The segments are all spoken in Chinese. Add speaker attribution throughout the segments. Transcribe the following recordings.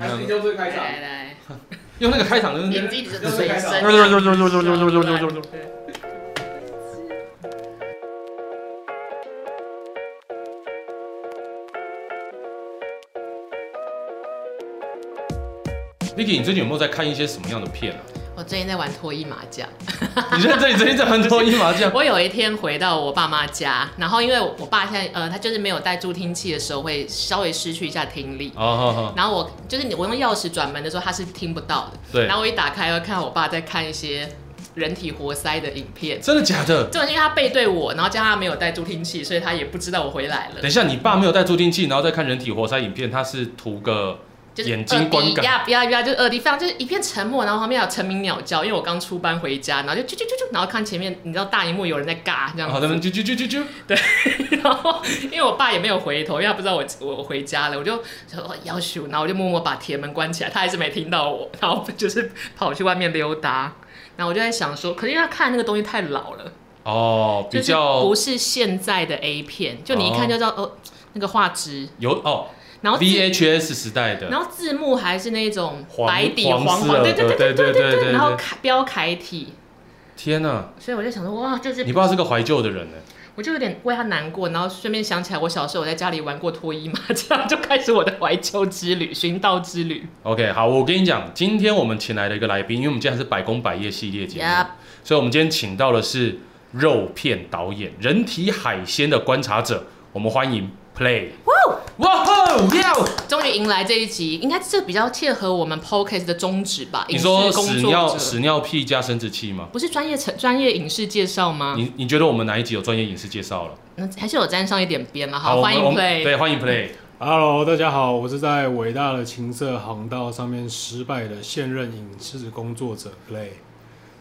Speaker 1: 还是用这个开啊场，
Speaker 2: 来来，
Speaker 3: 用那个开场就是
Speaker 2: 眼睛里的水声，
Speaker 3: 就就就就就就就就就就，Vicky，你最近有没有在看一些什么样的片啊？
Speaker 2: 我最近在玩脱衣麻将。
Speaker 3: 你认真，你最近在玩脱衣麻将？
Speaker 2: 我有一天回到我爸妈家，然后因为我爸现在呃，他就是没有带助听器的时候，会稍微失去一下听力。
Speaker 3: 哦好好，
Speaker 2: 然后我就是我用钥匙转门的时候，他是听不到的。
Speaker 3: 对
Speaker 2: 然，后我一打开，会看到我爸在看一些人体活塞的影片。
Speaker 3: 真的假的？
Speaker 2: 这种因为他背对我，然后加上他没有带助听器，所以他也不知道我回来了
Speaker 3: 等。一下，你爸没有带助听器，然后再看人体活塞影片，他是图个
Speaker 2: 就是
Speaker 3: 眼睛观感
Speaker 2: 呀呀呀，就是耳迪非常就是一片沉默，然后旁边还有蝉鸣鸟叫，因为我刚出班回家，然后就啾啾啾啾，然后看前面，你知道大荧幕有人在尬这样
Speaker 3: 好
Speaker 2: 子，
Speaker 3: 的，哦啾啾啾啾啾，
Speaker 2: 然后 因为我爸也没有回头，因为他不知道我我我回家了，我就想说要求，然后我就默默把铁门关起来，他还是没听到我， 然后就是跑去外面溜达。然后我就在想说，可是因为他看那个东西太老了，
Speaker 3: 哦，比较
Speaker 2: 就是不是现在的 A 片，就你一看就知道哦那个画质，
Speaker 3: 有哦
Speaker 2: 然后字
Speaker 3: ，VHS 时代的
Speaker 2: 然后字幕还是那种
Speaker 3: 黄
Speaker 2: 白底
Speaker 3: 黄
Speaker 2: 黄
Speaker 3: 丝
Speaker 2: 黄，
Speaker 3: 了
Speaker 2: 对对对
Speaker 3: 对对
Speaker 2: 对
Speaker 3: 对对
Speaker 2: 对
Speaker 3: 对
Speaker 2: 然后楷标楷体，
Speaker 3: 天呐，
Speaker 2: 所以我就想说，哇，就是
Speaker 3: 你爸是个怀旧的人呢。
Speaker 2: 我就有点为他难过，然后顺便想起来我小时候我在家里玩过脱衣 麻将，就开始我的怀旧之旅、寻道之旅。
Speaker 3: OK，好，我跟你讲，今天我们请来的一个来宾，因为我们今天是百工百业系列节目
Speaker 2: Yup
Speaker 3: 所以我们今天请到的是肉片导演、人体海鲜的观察者，我们欢迎 Play。哇吼要！
Speaker 2: 终于迎来这一集，应该这比较切合我们 podcast 的宗旨吧？
Speaker 3: 你说
Speaker 2: 影视
Speaker 3: 屎
Speaker 2: 工
Speaker 3: 尿
Speaker 2: 作
Speaker 3: 屎
Speaker 2: 者
Speaker 3: 尿屁加生殖器吗？
Speaker 2: 不是专业成专业影视介绍吗？
Speaker 3: 你你觉得我们哪一集有专业影视介绍了？
Speaker 2: 那还是有沾上一点边了。好，
Speaker 3: 我
Speaker 2: 欢
Speaker 3: 们
Speaker 2: 迎
Speaker 3: 我们
Speaker 2: play。
Speaker 3: 对，欢啊迎 Play。
Speaker 4: Hello，大家好，我是在伟大的情色航道上面失败的现任影视工作者 Play。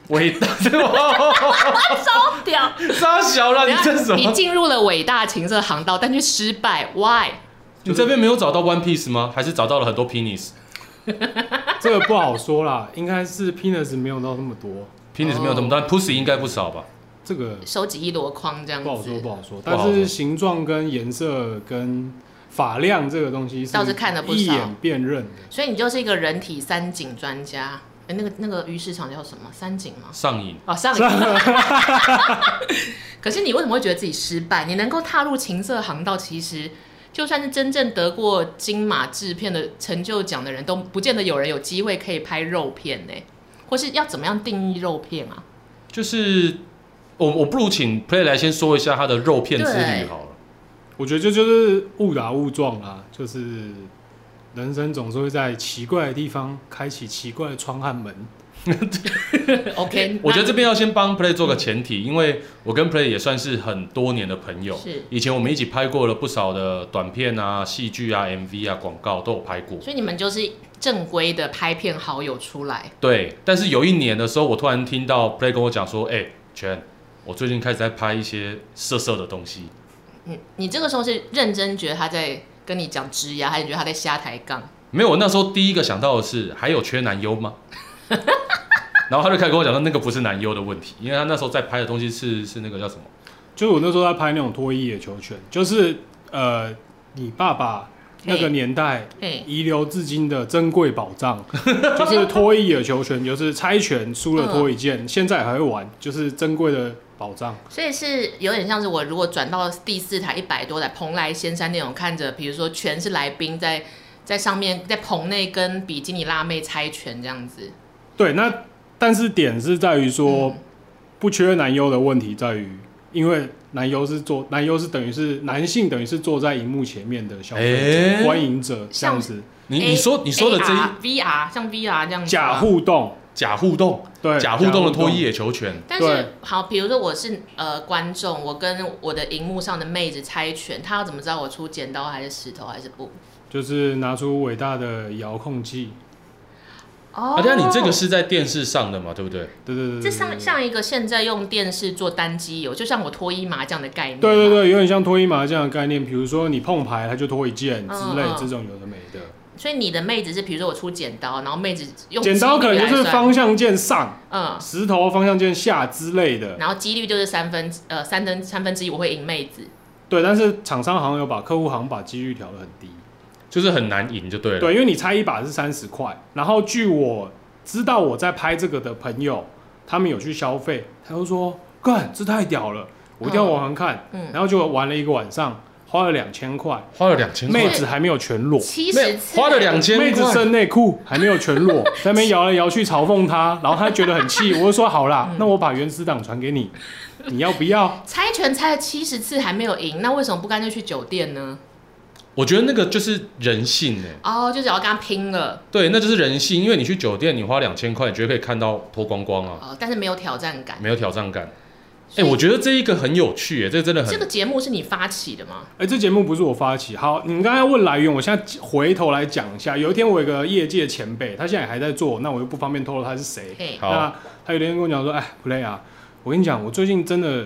Speaker 3: 伟大，
Speaker 2: 屌，
Speaker 3: 沙小了，你这是什
Speaker 2: 你
Speaker 3: 么？
Speaker 2: 进入了伟大情色航道，但却失败，why？
Speaker 3: 你这边没有找到 One Piece 吗？还是找到了很多 penis？penis
Speaker 4: 这个不好说啦， 应该是 Penis 没有到那么多，
Speaker 3: 没
Speaker 2: 哦
Speaker 3: 有这么多但，pussy 应该不少吧？
Speaker 4: 这个
Speaker 2: 收集一箩筐这样
Speaker 4: 不好说
Speaker 2: 子
Speaker 4: 不，好说。
Speaker 3: 不好
Speaker 4: 但
Speaker 3: 说
Speaker 4: 是形状跟颜色跟发量这个东西
Speaker 2: 倒是看了不少
Speaker 4: 一眼辨认的。
Speaker 2: 所以你就是一个人体三井专家。哎、那个那个鱼市场叫什么？三井吗？
Speaker 3: 上瘾。
Speaker 2: 哦，上瘾。 可是你为什么会觉得自己失败？你能够踏入情色航道，其实就算是真正得过金马制片的成就奖的人，都不见得有人有机会可以拍肉片呢、或是要怎么样定义肉片 啊？
Speaker 3: 就是我我不如请 Play 来先说一下他的肉片之旅
Speaker 2: 对
Speaker 3: 好了。
Speaker 4: 我觉得这就是误打误撞啦，就是人生总是会在奇怪的地方开启奇怪的窗和门。
Speaker 2: OK，
Speaker 3: 我觉得
Speaker 2: 这
Speaker 3: 这边要先帮 Play 做个前提，因为我跟 Play 也算是很多年的朋友，
Speaker 2: 是。
Speaker 3: 以前我们一起拍过了不少的短片啊、戏剧啊、MV 啊、广告都有拍过。
Speaker 2: 所以你们就是正规的拍片好友出来，
Speaker 3: 对，但是有一年的时候，我突然听到 Play 跟我讲说：“哎、全，我最近开始在拍一些色色的东西。
Speaker 2: 你你这个时候是认真觉得他在跟你讲枝芽，还是你觉得他在瞎抬杠？”
Speaker 3: 没有，我那时候第一个想到的是，还有缺男优 吗？然后他就开始跟我讲说，那个不是男优的问题，因为他那时候在拍的东西是是那个叫什么？
Speaker 4: 就我那时候在拍那种脱衣野球拳，就是呃，你爸爸那个年代
Speaker 2: 嘿，
Speaker 4: 遗留至今的珍贵宝 藏，就是脱衣野球拳，就是猜拳
Speaker 2: 嗯
Speaker 4: 输了脱一件，现在还会玩，就是珍贵的宝藏。
Speaker 2: 所以是有点像是我如果转到第四台一百多台蓬莱仙山那种，看着比如说全是来宾在在上面在棚内跟比基尼辣妹猜拳这样子。
Speaker 4: 对，那但是点是在于说，
Speaker 2: 嗯
Speaker 4: 不缺男优的问题在于，因为男优是坐男优是等于是男性等于是坐在荧幕前面的消费者、
Speaker 3: 哎
Speaker 4: 观影者这样子
Speaker 3: 你你说你说的这一
Speaker 2: AR VR 像 VR 这样子、
Speaker 4: 假。互动，
Speaker 3: 假互动，
Speaker 4: 对
Speaker 3: 假互动的脱衣。野球拳，
Speaker 2: 但是
Speaker 4: 对
Speaker 2: 好，比如说我是呃观众，我跟我的荧幕上的妹子猜拳，她要怎么知道我出剪刀还是石头还是布？
Speaker 4: 就是拿出伟大的遥控器，
Speaker 2: 哦
Speaker 3: 啊，但你这个是在电视上的嘛，对不对？
Speaker 4: 对对对对，
Speaker 2: 这
Speaker 4: 对
Speaker 2: 像像一个现在用电视做单机游，就像我脱衣麻将的概念。
Speaker 4: 对对。对，有点像脱衣麻将的概念，比如说你碰牌，它就脱一件之类
Speaker 2: 嗯嗯，
Speaker 4: 这种有的没的。
Speaker 2: 所以你的妹子是比如说我出剪刀，然后妹子用
Speaker 4: 剪刀可能
Speaker 2: 几
Speaker 4: 就
Speaker 2: 率
Speaker 4: 是
Speaker 2: 来算
Speaker 4: 方向键上，
Speaker 2: 嗯，
Speaker 4: 石头方向键下之类的。
Speaker 2: 然后几率就是三分呃三分三分之一我会赢妹子，
Speaker 4: 对，但是厂商好像有把客户好像把几率调得很低，
Speaker 3: 就是很难赢就对了。
Speaker 4: 对，因为你猜一把是三十块，然后据我知道我在拍这个的朋友，他们有去消费，他就说干这太屌了，我一定要玩玩看，
Speaker 2: 嗯嗯
Speaker 4: 然后就玩了一个晚上，花了两千块，
Speaker 3: 花了两千块，
Speaker 4: 妹子还没哦有全裸。
Speaker 1: 七
Speaker 3: 没有
Speaker 1: 十次
Speaker 3: 花了两千
Speaker 4: 妹子
Speaker 3: 块，
Speaker 4: 剩内裤还没有全裸，在那边摇来摇去嘲讽她，然后她觉得很气，我就说好啦，那我把原始档传给你，你要不要？
Speaker 2: 猜拳猜了七十次还没有赢，那为什么不干脆去酒店呢？
Speaker 3: 我觉得那个就是人性哎、
Speaker 2: 哦，就只要跟他拼了
Speaker 3: 对，那就是人性，因为你去酒店，你花两千块，你绝对可以看到脱光光啊，
Speaker 2: 哦，但是没有挑战感。
Speaker 3: 没有挑战感。哎、
Speaker 2: 所以
Speaker 3: 我觉得这一个很有趣哎、这个真的
Speaker 2: 这
Speaker 3: 很
Speaker 2: 个节目是你发起的吗？
Speaker 4: 哎、这节目不是我发起。好，你刚才问来源，我现在回头来讲一下。有一天，我有个业界前辈，他现在还在做，那我又不方便透露他是谁。
Speaker 2: 嘿，
Speaker 3: 好。
Speaker 4: 那他有一天跟我讲说：“哎，Play 啊，我跟你讲，我最近真的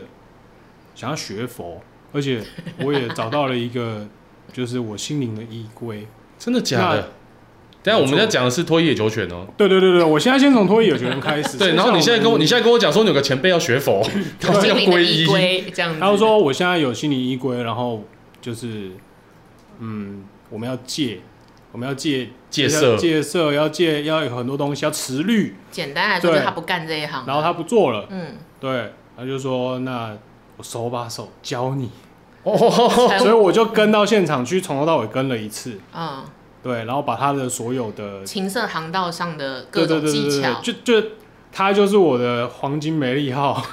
Speaker 4: 想要学佛，而且我也找到了一个就是我心灵的依归。
Speaker 3: 真的 假的？等一下我们要讲的是脱衣野球拳哦。”
Speaker 4: 对对对对，我现在先从脱衣有学人开始。
Speaker 3: 对，然后你现在跟我，你现在跟我讲说你有个前辈要学佛，他是
Speaker 2: 心
Speaker 3: 要
Speaker 2: 灵
Speaker 3: 皈
Speaker 2: 的依
Speaker 3: 依。
Speaker 2: 归这样子。
Speaker 4: 他就说我现在有心理依归，然后就是，嗯，我们要戒，我们要戒
Speaker 3: 戒色
Speaker 4: 要戒色要戒，要有很多东西要持律，
Speaker 2: 简单来说，就
Speaker 4: 对
Speaker 2: 他不干这一行。
Speaker 4: 然后他不做了，
Speaker 2: 嗯，
Speaker 4: 对，他就说那我手把手教你，
Speaker 3: 哦，
Speaker 2: 才
Speaker 4: 所以我就跟到现场去，从头到尾跟了一次，
Speaker 2: 嗯，
Speaker 4: 对，然后把他的所有的
Speaker 2: 情色航道上的各
Speaker 4: 对
Speaker 2: 种
Speaker 4: 对对
Speaker 2: 技
Speaker 4: 对对
Speaker 2: 巧，，
Speaker 4: 就就他就是我的黄金梅利号，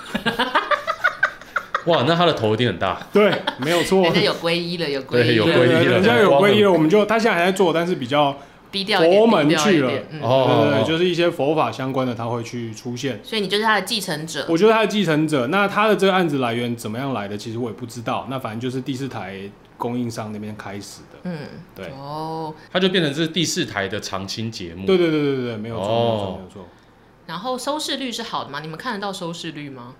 Speaker 3: 哇，那他的头一定很大。
Speaker 4: 对，没有错。
Speaker 2: 人家有皈依了，有皈
Speaker 3: 对
Speaker 2: 依
Speaker 3: 有
Speaker 4: 对
Speaker 2: 了，
Speaker 3: 皈依
Speaker 4: 对对
Speaker 3: 了
Speaker 4: 人家有
Speaker 3: 光
Speaker 4: 皈
Speaker 3: 很
Speaker 4: 依了，我们就他现在还在做，但是比较
Speaker 2: 低调一点，
Speaker 4: 佛门
Speaker 2: 低调一
Speaker 4: 去了
Speaker 2: 点。嗯
Speaker 4: 对对
Speaker 3: 哦
Speaker 4: 对，，就是一些佛法相关的，他会去出现。
Speaker 2: 所以你就是他的继承者。
Speaker 4: 我觉得他的继承者，那他的这个案子来源怎么样来的，其实我也不知道。那反正就是第四台供应商那边开始的。
Speaker 2: 嗯，
Speaker 4: 对
Speaker 2: 哦，
Speaker 3: 他就变成是第四台的常青节目。
Speaker 4: 对对对对对对，没有
Speaker 3: 嗯
Speaker 4: 错，没有
Speaker 3: 哦
Speaker 4: 错，没有错。
Speaker 2: 然后收视率是好的吗？你们看得到收视率吗？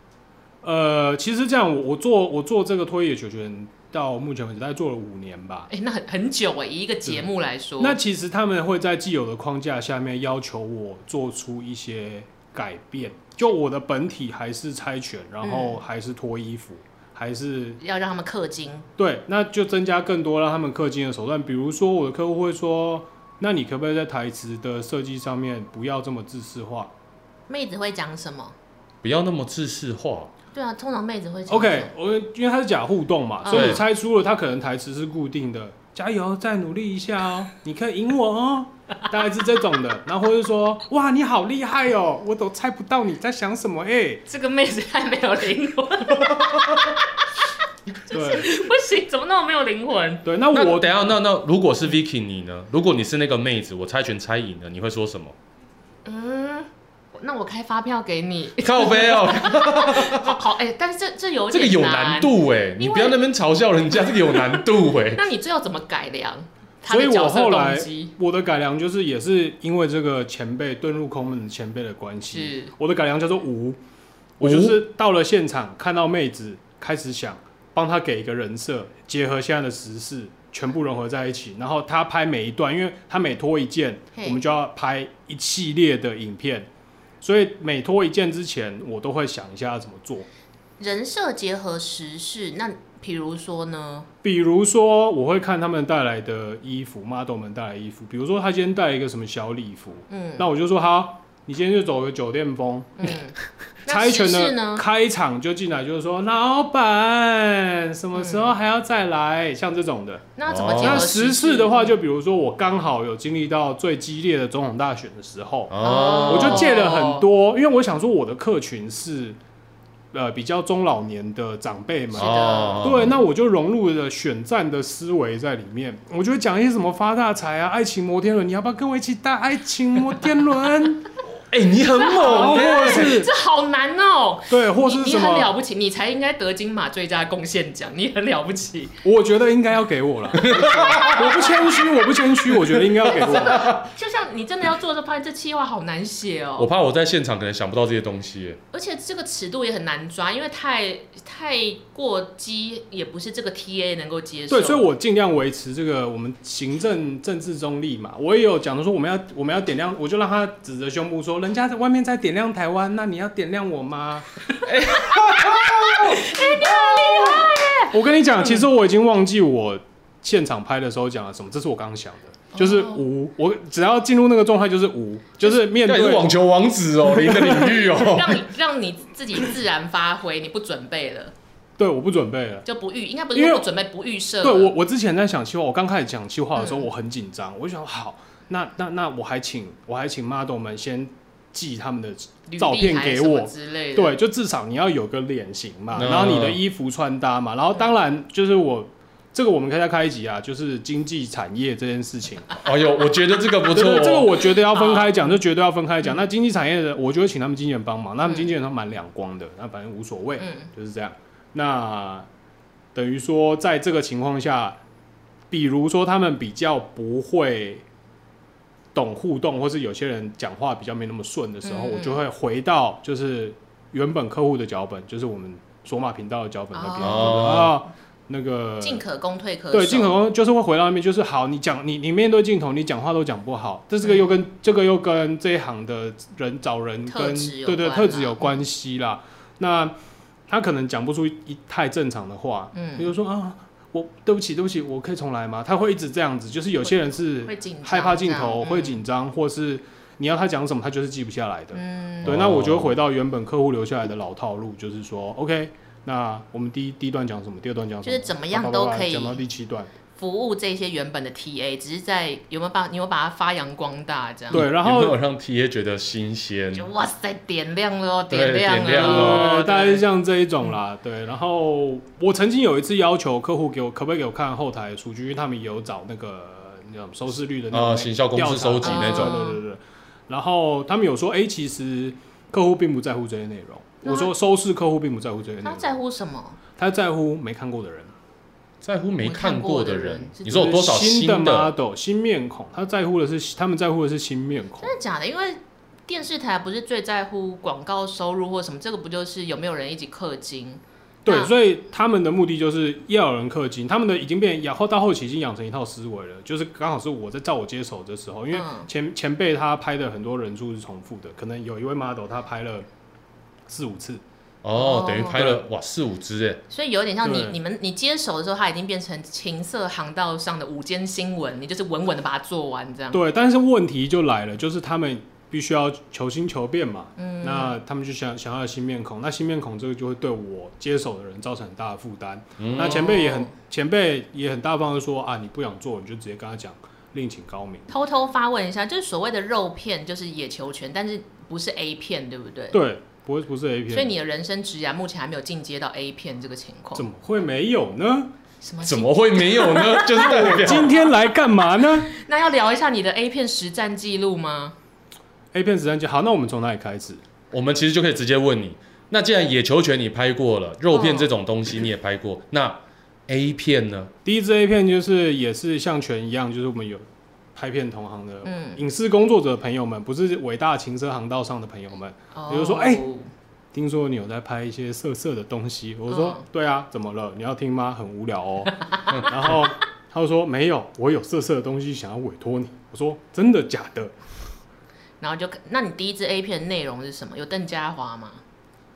Speaker 4: 呃，其实这样，我我做我做这个推野球权到目前为止大概做了五年吧。
Speaker 2: 哎，那很很久哎，以一个节目来说，
Speaker 4: 那其实他们会在既有的框架下面要求我做出一些改变，就我的本体还是猜拳，然后还是脱衣服，还是
Speaker 2: 要让他们氪金，
Speaker 4: 对，那就增加更多让他们氪金的手段，比如说我的客户会说，那你可不可以在台词的设计上面不要这么自式化
Speaker 2: 妹子会讲什么？
Speaker 3: 不要那么自视化。
Speaker 2: 对啊，通常妹子会讲什
Speaker 4: ？OK，
Speaker 2: 么
Speaker 4: 我因为它是假互动嘛，
Speaker 2: 嗯
Speaker 4: 所以我猜出了他可能台词是固定的，加油，再努力一下哦，你可以赢我哦， 大概是这种的，然后或者说，哇，你好厉害哦，我都猜不到你在想什么哎、
Speaker 2: 这个妹子太没有灵魂，
Speaker 4: 对
Speaker 2: 不行，怎么那么没有灵魂？
Speaker 4: 对，那
Speaker 3: 那
Speaker 4: 我
Speaker 3: 我等一下，那那如果是 Vicky 你呢？如果你是那个妹子，我猜拳猜赢了，你会说什么？
Speaker 2: 嗯，那我开发票给你，
Speaker 3: 靠背哦，
Speaker 2: 好好哎、但是这这有
Speaker 3: 这
Speaker 2: 点
Speaker 3: 个有难。度哎，你不要那边嘲笑人家，这个有难度哎。
Speaker 2: 那你最后怎么改良？他
Speaker 4: 所以
Speaker 2: 的
Speaker 4: 我
Speaker 2: 角色
Speaker 4: 后
Speaker 2: 动
Speaker 4: 来
Speaker 2: 机
Speaker 4: 我的改良就是也是因为这个前辈遁入空门的前辈的关系
Speaker 2: 是，
Speaker 4: 我的改良叫做无，我就是到了现场看到妹子，开始想帮她给一个人设，结合现在的时事，全部融合在一起，然后她拍每一段，因为她每脱一件，
Speaker 2: 嘿
Speaker 4: 我们就要拍一系列的影片，所以每脱一件之前，我都会想一下要怎么做。
Speaker 2: 人设结合时事，那比如说呢？
Speaker 4: 比如说，我会看他们带来的衣服，model 们带来的衣服。比如说，他今天带了一个什么小礼服，
Speaker 2: 嗯
Speaker 4: 那我就说好，你今天就走个酒店风。
Speaker 2: 嗯，那
Speaker 4: 猜拳
Speaker 2: 时事
Speaker 4: 的
Speaker 3: 嗯
Speaker 2: 呢？
Speaker 4: 开场就进来就是说，老板什么时候还要再来？像这种的。
Speaker 2: 那怎
Speaker 3: 嗯
Speaker 2: 么
Speaker 3: 哦嗯
Speaker 2: 结
Speaker 4: 那
Speaker 2: 合
Speaker 4: 时事
Speaker 2: 事
Speaker 4: 的话，就比如说我刚好有经历到最激烈的总统大选的时候，
Speaker 3: 哦，
Speaker 4: 我就借了很多，因为我想说我的客群是呃比较中老年的长辈们，
Speaker 3: 哦
Speaker 4: 对，那我就融入了选战的思维在里面，我就会讲一些什么发大财啊、爱情摩天轮，你要不要跟我一起搭爱情摩天轮？
Speaker 3: 哎、你很
Speaker 4: 然
Speaker 3: 猛
Speaker 4: 后或
Speaker 3: 哎、
Speaker 4: 者是
Speaker 2: 这好难哦、
Speaker 4: 对，或是
Speaker 2: 你
Speaker 4: 什
Speaker 2: 你很了
Speaker 4: 么，
Speaker 2: 不起，你才应该得金马最佳贡献奖，你很了不起。
Speaker 4: 我觉得应该要给我了，我不谦虚，我不谦虚，我觉得应该要给我。
Speaker 2: 就像你真的要做的时候，发现这企划好难写哦、
Speaker 3: 我怕我在现场可能想不到这些东西、哎
Speaker 2: 而且这个尺度也很难抓，因为太太过激也不是这个 TA 能够接受。
Speaker 4: 对，所以我尽量维持这个我们行政政治中立嘛。我也有讲的说我们要我们要点亮，我就让他指着胸部说，人家在外面在点亮台湾，那你要点亮 我吗？哎、你好厉害耶！我跟你讲，其实我已经忘记我现场拍的时候讲了什么，这是我刚刚想的，就是无，我只要进入那个状态就是无，就是面
Speaker 3: 那你是
Speaker 4: 对
Speaker 3: 网球王子哦， 您的领域哦。
Speaker 2: 让你让你自己自然发挥，你不准备了
Speaker 4: 对，我不准备了。
Speaker 2: 就不预，应该不是
Speaker 4: 因为
Speaker 2: 说不准备不预设了，
Speaker 4: 对我，我之前在想企划，我刚开始讲企划的时候，
Speaker 2: 嗯
Speaker 4: 我很紧张，我就想好，那那那我还请我还请 model 们先寄他们的
Speaker 2: 履历
Speaker 4: 照片
Speaker 2: 还是
Speaker 4: 给
Speaker 2: 什么
Speaker 4: 我
Speaker 2: 之类的，
Speaker 4: 对，就至少你要有个脸型嘛，
Speaker 3: 嗯
Speaker 4: 然后你的衣服穿搭嘛，然后当然就是我这个我们可以再开一集啊，就是经济产业这件事情，
Speaker 3: 哎呦，我觉得这个不
Speaker 4: 对
Speaker 3: 错、
Speaker 4: 对，
Speaker 3: 哦。
Speaker 4: 这个我觉得要分开讲，这绝对要分开
Speaker 2: 嗯
Speaker 4: 讲。那经济产业的，我就会请他们经纪人帮忙，那他们经纪人都蛮两光的，那反正无所谓，
Speaker 2: 嗯，
Speaker 4: 就是这样。那等于说，在这个情况下，比如说他们比较不会懂互动，或是有些人讲话比较没那么顺的时候，
Speaker 2: 嗯嗯
Speaker 4: 我就会回到就是原本客户的脚本，就是我们索马频道的脚本那边，
Speaker 3: 哦
Speaker 4: 啊，那个
Speaker 2: 进可攻退可守，
Speaker 4: 对，进可攻就是会回到那边，就是好，你讲你你面对镜头，你讲话都讲不好，这这
Speaker 2: 嗯
Speaker 4: 个又跟、这个又跟这一行的人找人
Speaker 2: 特
Speaker 4: 跟
Speaker 2: 质有
Speaker 4: 对对
Speaker 2: 关啊
Speaker 4: 特质
Speaker 2: 啦
Speaker 4: 有关系啦。那他可能讲不出一太正常的话，
Speaker 2: 嗯
Speaker 4: 比如说啊，我对不起对不起，我可以重来吗？他会一直这样子，就是有些人是
Speaker 2: 会紧张
Speaker 4: 害怕镜头，
Speaker 2: 这样嗯
Speaker 4: 会，紧张，或是你要他讲什么，他就是记不下来的。
Speaker 2: 嗯
Speaker 4: 对，那我就
Speaker 3: 哦
Speaker 4: 会回到原本客户留下来的老套路，就是说，OK，那我们第一第一段讲什么，第二段讲什
Speaker 2: 就
Speaker 4: 么，
Speaker 2: 是怎么样
Speaker 4: 叭叭
Speaker 2: 都
Speaker 4: 叭叭
Speaker 2: 可以
Speaker 4: 讲到第七段。
Speaker 2: 嗯，服务这些原本的 TA，只是在有没有把你有把它发扬光大这样，
Speaker 4: 对，然
Speaker 3: 有没
Speaker 4: 后
Speaker 3: 有让 T A 觉得新鲜？
Speaker 2: 就哇塞，点亮了哦，
Speaker 3: 对
Speaker 2: 亮
Speaker 3: 点亮
Speaker 2: 了
Speaker 3: 了
Speaker 2: 哦，
Speaker 4: 呃，
Speaker 2: 对
Speaker 4: 大概是像这一种啦，对。然后我曾经有一次要求客户给我，可不可以给我看后台的数据，因为他们有找那个那种收视率的那
Speaker 3: 啊
Speaker 4: 种
Speaker 3: 行销公
Speaker 4: 调
Speaker 3: 司
Speaker 4: 查啊
Speaker 3: 收集
Speaker 2: 那种
Speaker 4: 对对对对。然后他们有说，哎，其实客户并不在乎这些内容。
Speaker 2: 那
Speaker 4: 我说收视客户并不在乎这些
Speaker 2: 啊
Speaker 4: 内
Speaker 2: 他
Speaker 4: 容，
Speaker 2: 在乎什么？
Speaker 4: 他在乎没看过的人。
Speaker 3: 在乎没看过的人
Speaker 2: 我看过的人，
Speaker 3: 你说有多少
Speaker 4: 新
Speaker 3: 的？
Speaker 4: model 新面孔？他在乎的是他们在乎的是新面孔
Speaker 2: 真。的假的？因为电视台不是最在乎广告收入或什么，这个不就是有没有人一起氪金？
Speaker 4: 对，
Speaker 2: 那
Speaker 4: 所以他们的目的就是要有人氪金，他们的已经变养后到后期已经养成一套思维了，就是刚好是我在照我接手的时候，因为
Speaker 2: 嗯
Speaker 4: 前、前辈他拍的很多人数是重复的，可能有一位 model 他拍了四五次，
Speaker 3: 哦，等于拍了哇四五支哎，
Speaker 2: 所以有点像你
Speaker 4: 对
Speaker 2: 你们你接手的时候，它已经变成情色航道上的午间新闻，你就是稳稳的把它做完这样。
Speaker 4: 对，但是问题就来了，就是他们必须要求新求变嘛，
Speaker 2: 嗯，
Speaker 4: 那他们就想想要新面孔，那新面孔这个就会对我接手的人造成很大的负担，
Speaker 3: 嗯
Speaker 4: 那前辈也很前辈也很大方的说啊，你不想做你就直接跟他讲另请高明。
Speaker 2: 偷偷发问一下，就是所谓的肉片，就是野球拳，但是不是 A 片，对不对？
Speaker 4: 对，不会不是 A 片，
Speaker 2: 所以你的人生职涯目前还没有进阶到 A 片这个情况。
Speaker 4: 怎么会没有呢？
Speaker 2: 什么
Speaker 3: 怎？么会没有 呢？就是代表
Speaker 4: 今天来干嘛呢
Speaker 2: 那要聊一下你的 A 片实战记录吗？
Speaker 4: ？A 片实战节，好，那我们从哪里开始？
Speaker 3: 我们其实就可以直接问你，那既然野球拳你拍过了，肉片这种东西你也拍 过，那 A 片呢？
Speaker 4: 第一支 A 片就是也是像拳一样，就是我们有拍片同行的
Speaker 2: 嗯，
Speaker 4: 影视工作者朋友们，不是伟大情车航道上的朋友们。比如说
Speaker 2: 哦
Speaker 4: 哎听说你有在拍一些色色的东西，我说、
Speaker 2: 嗯
Speaker 4: 对啊，怎么了？你要听吗？很无聊哦。 然后他就说没有，我有色色的东西想要委托你。我说真的假的？
Speaker 2: 然后就，那你第一支 A 片的内容是什么？有邓家华吗？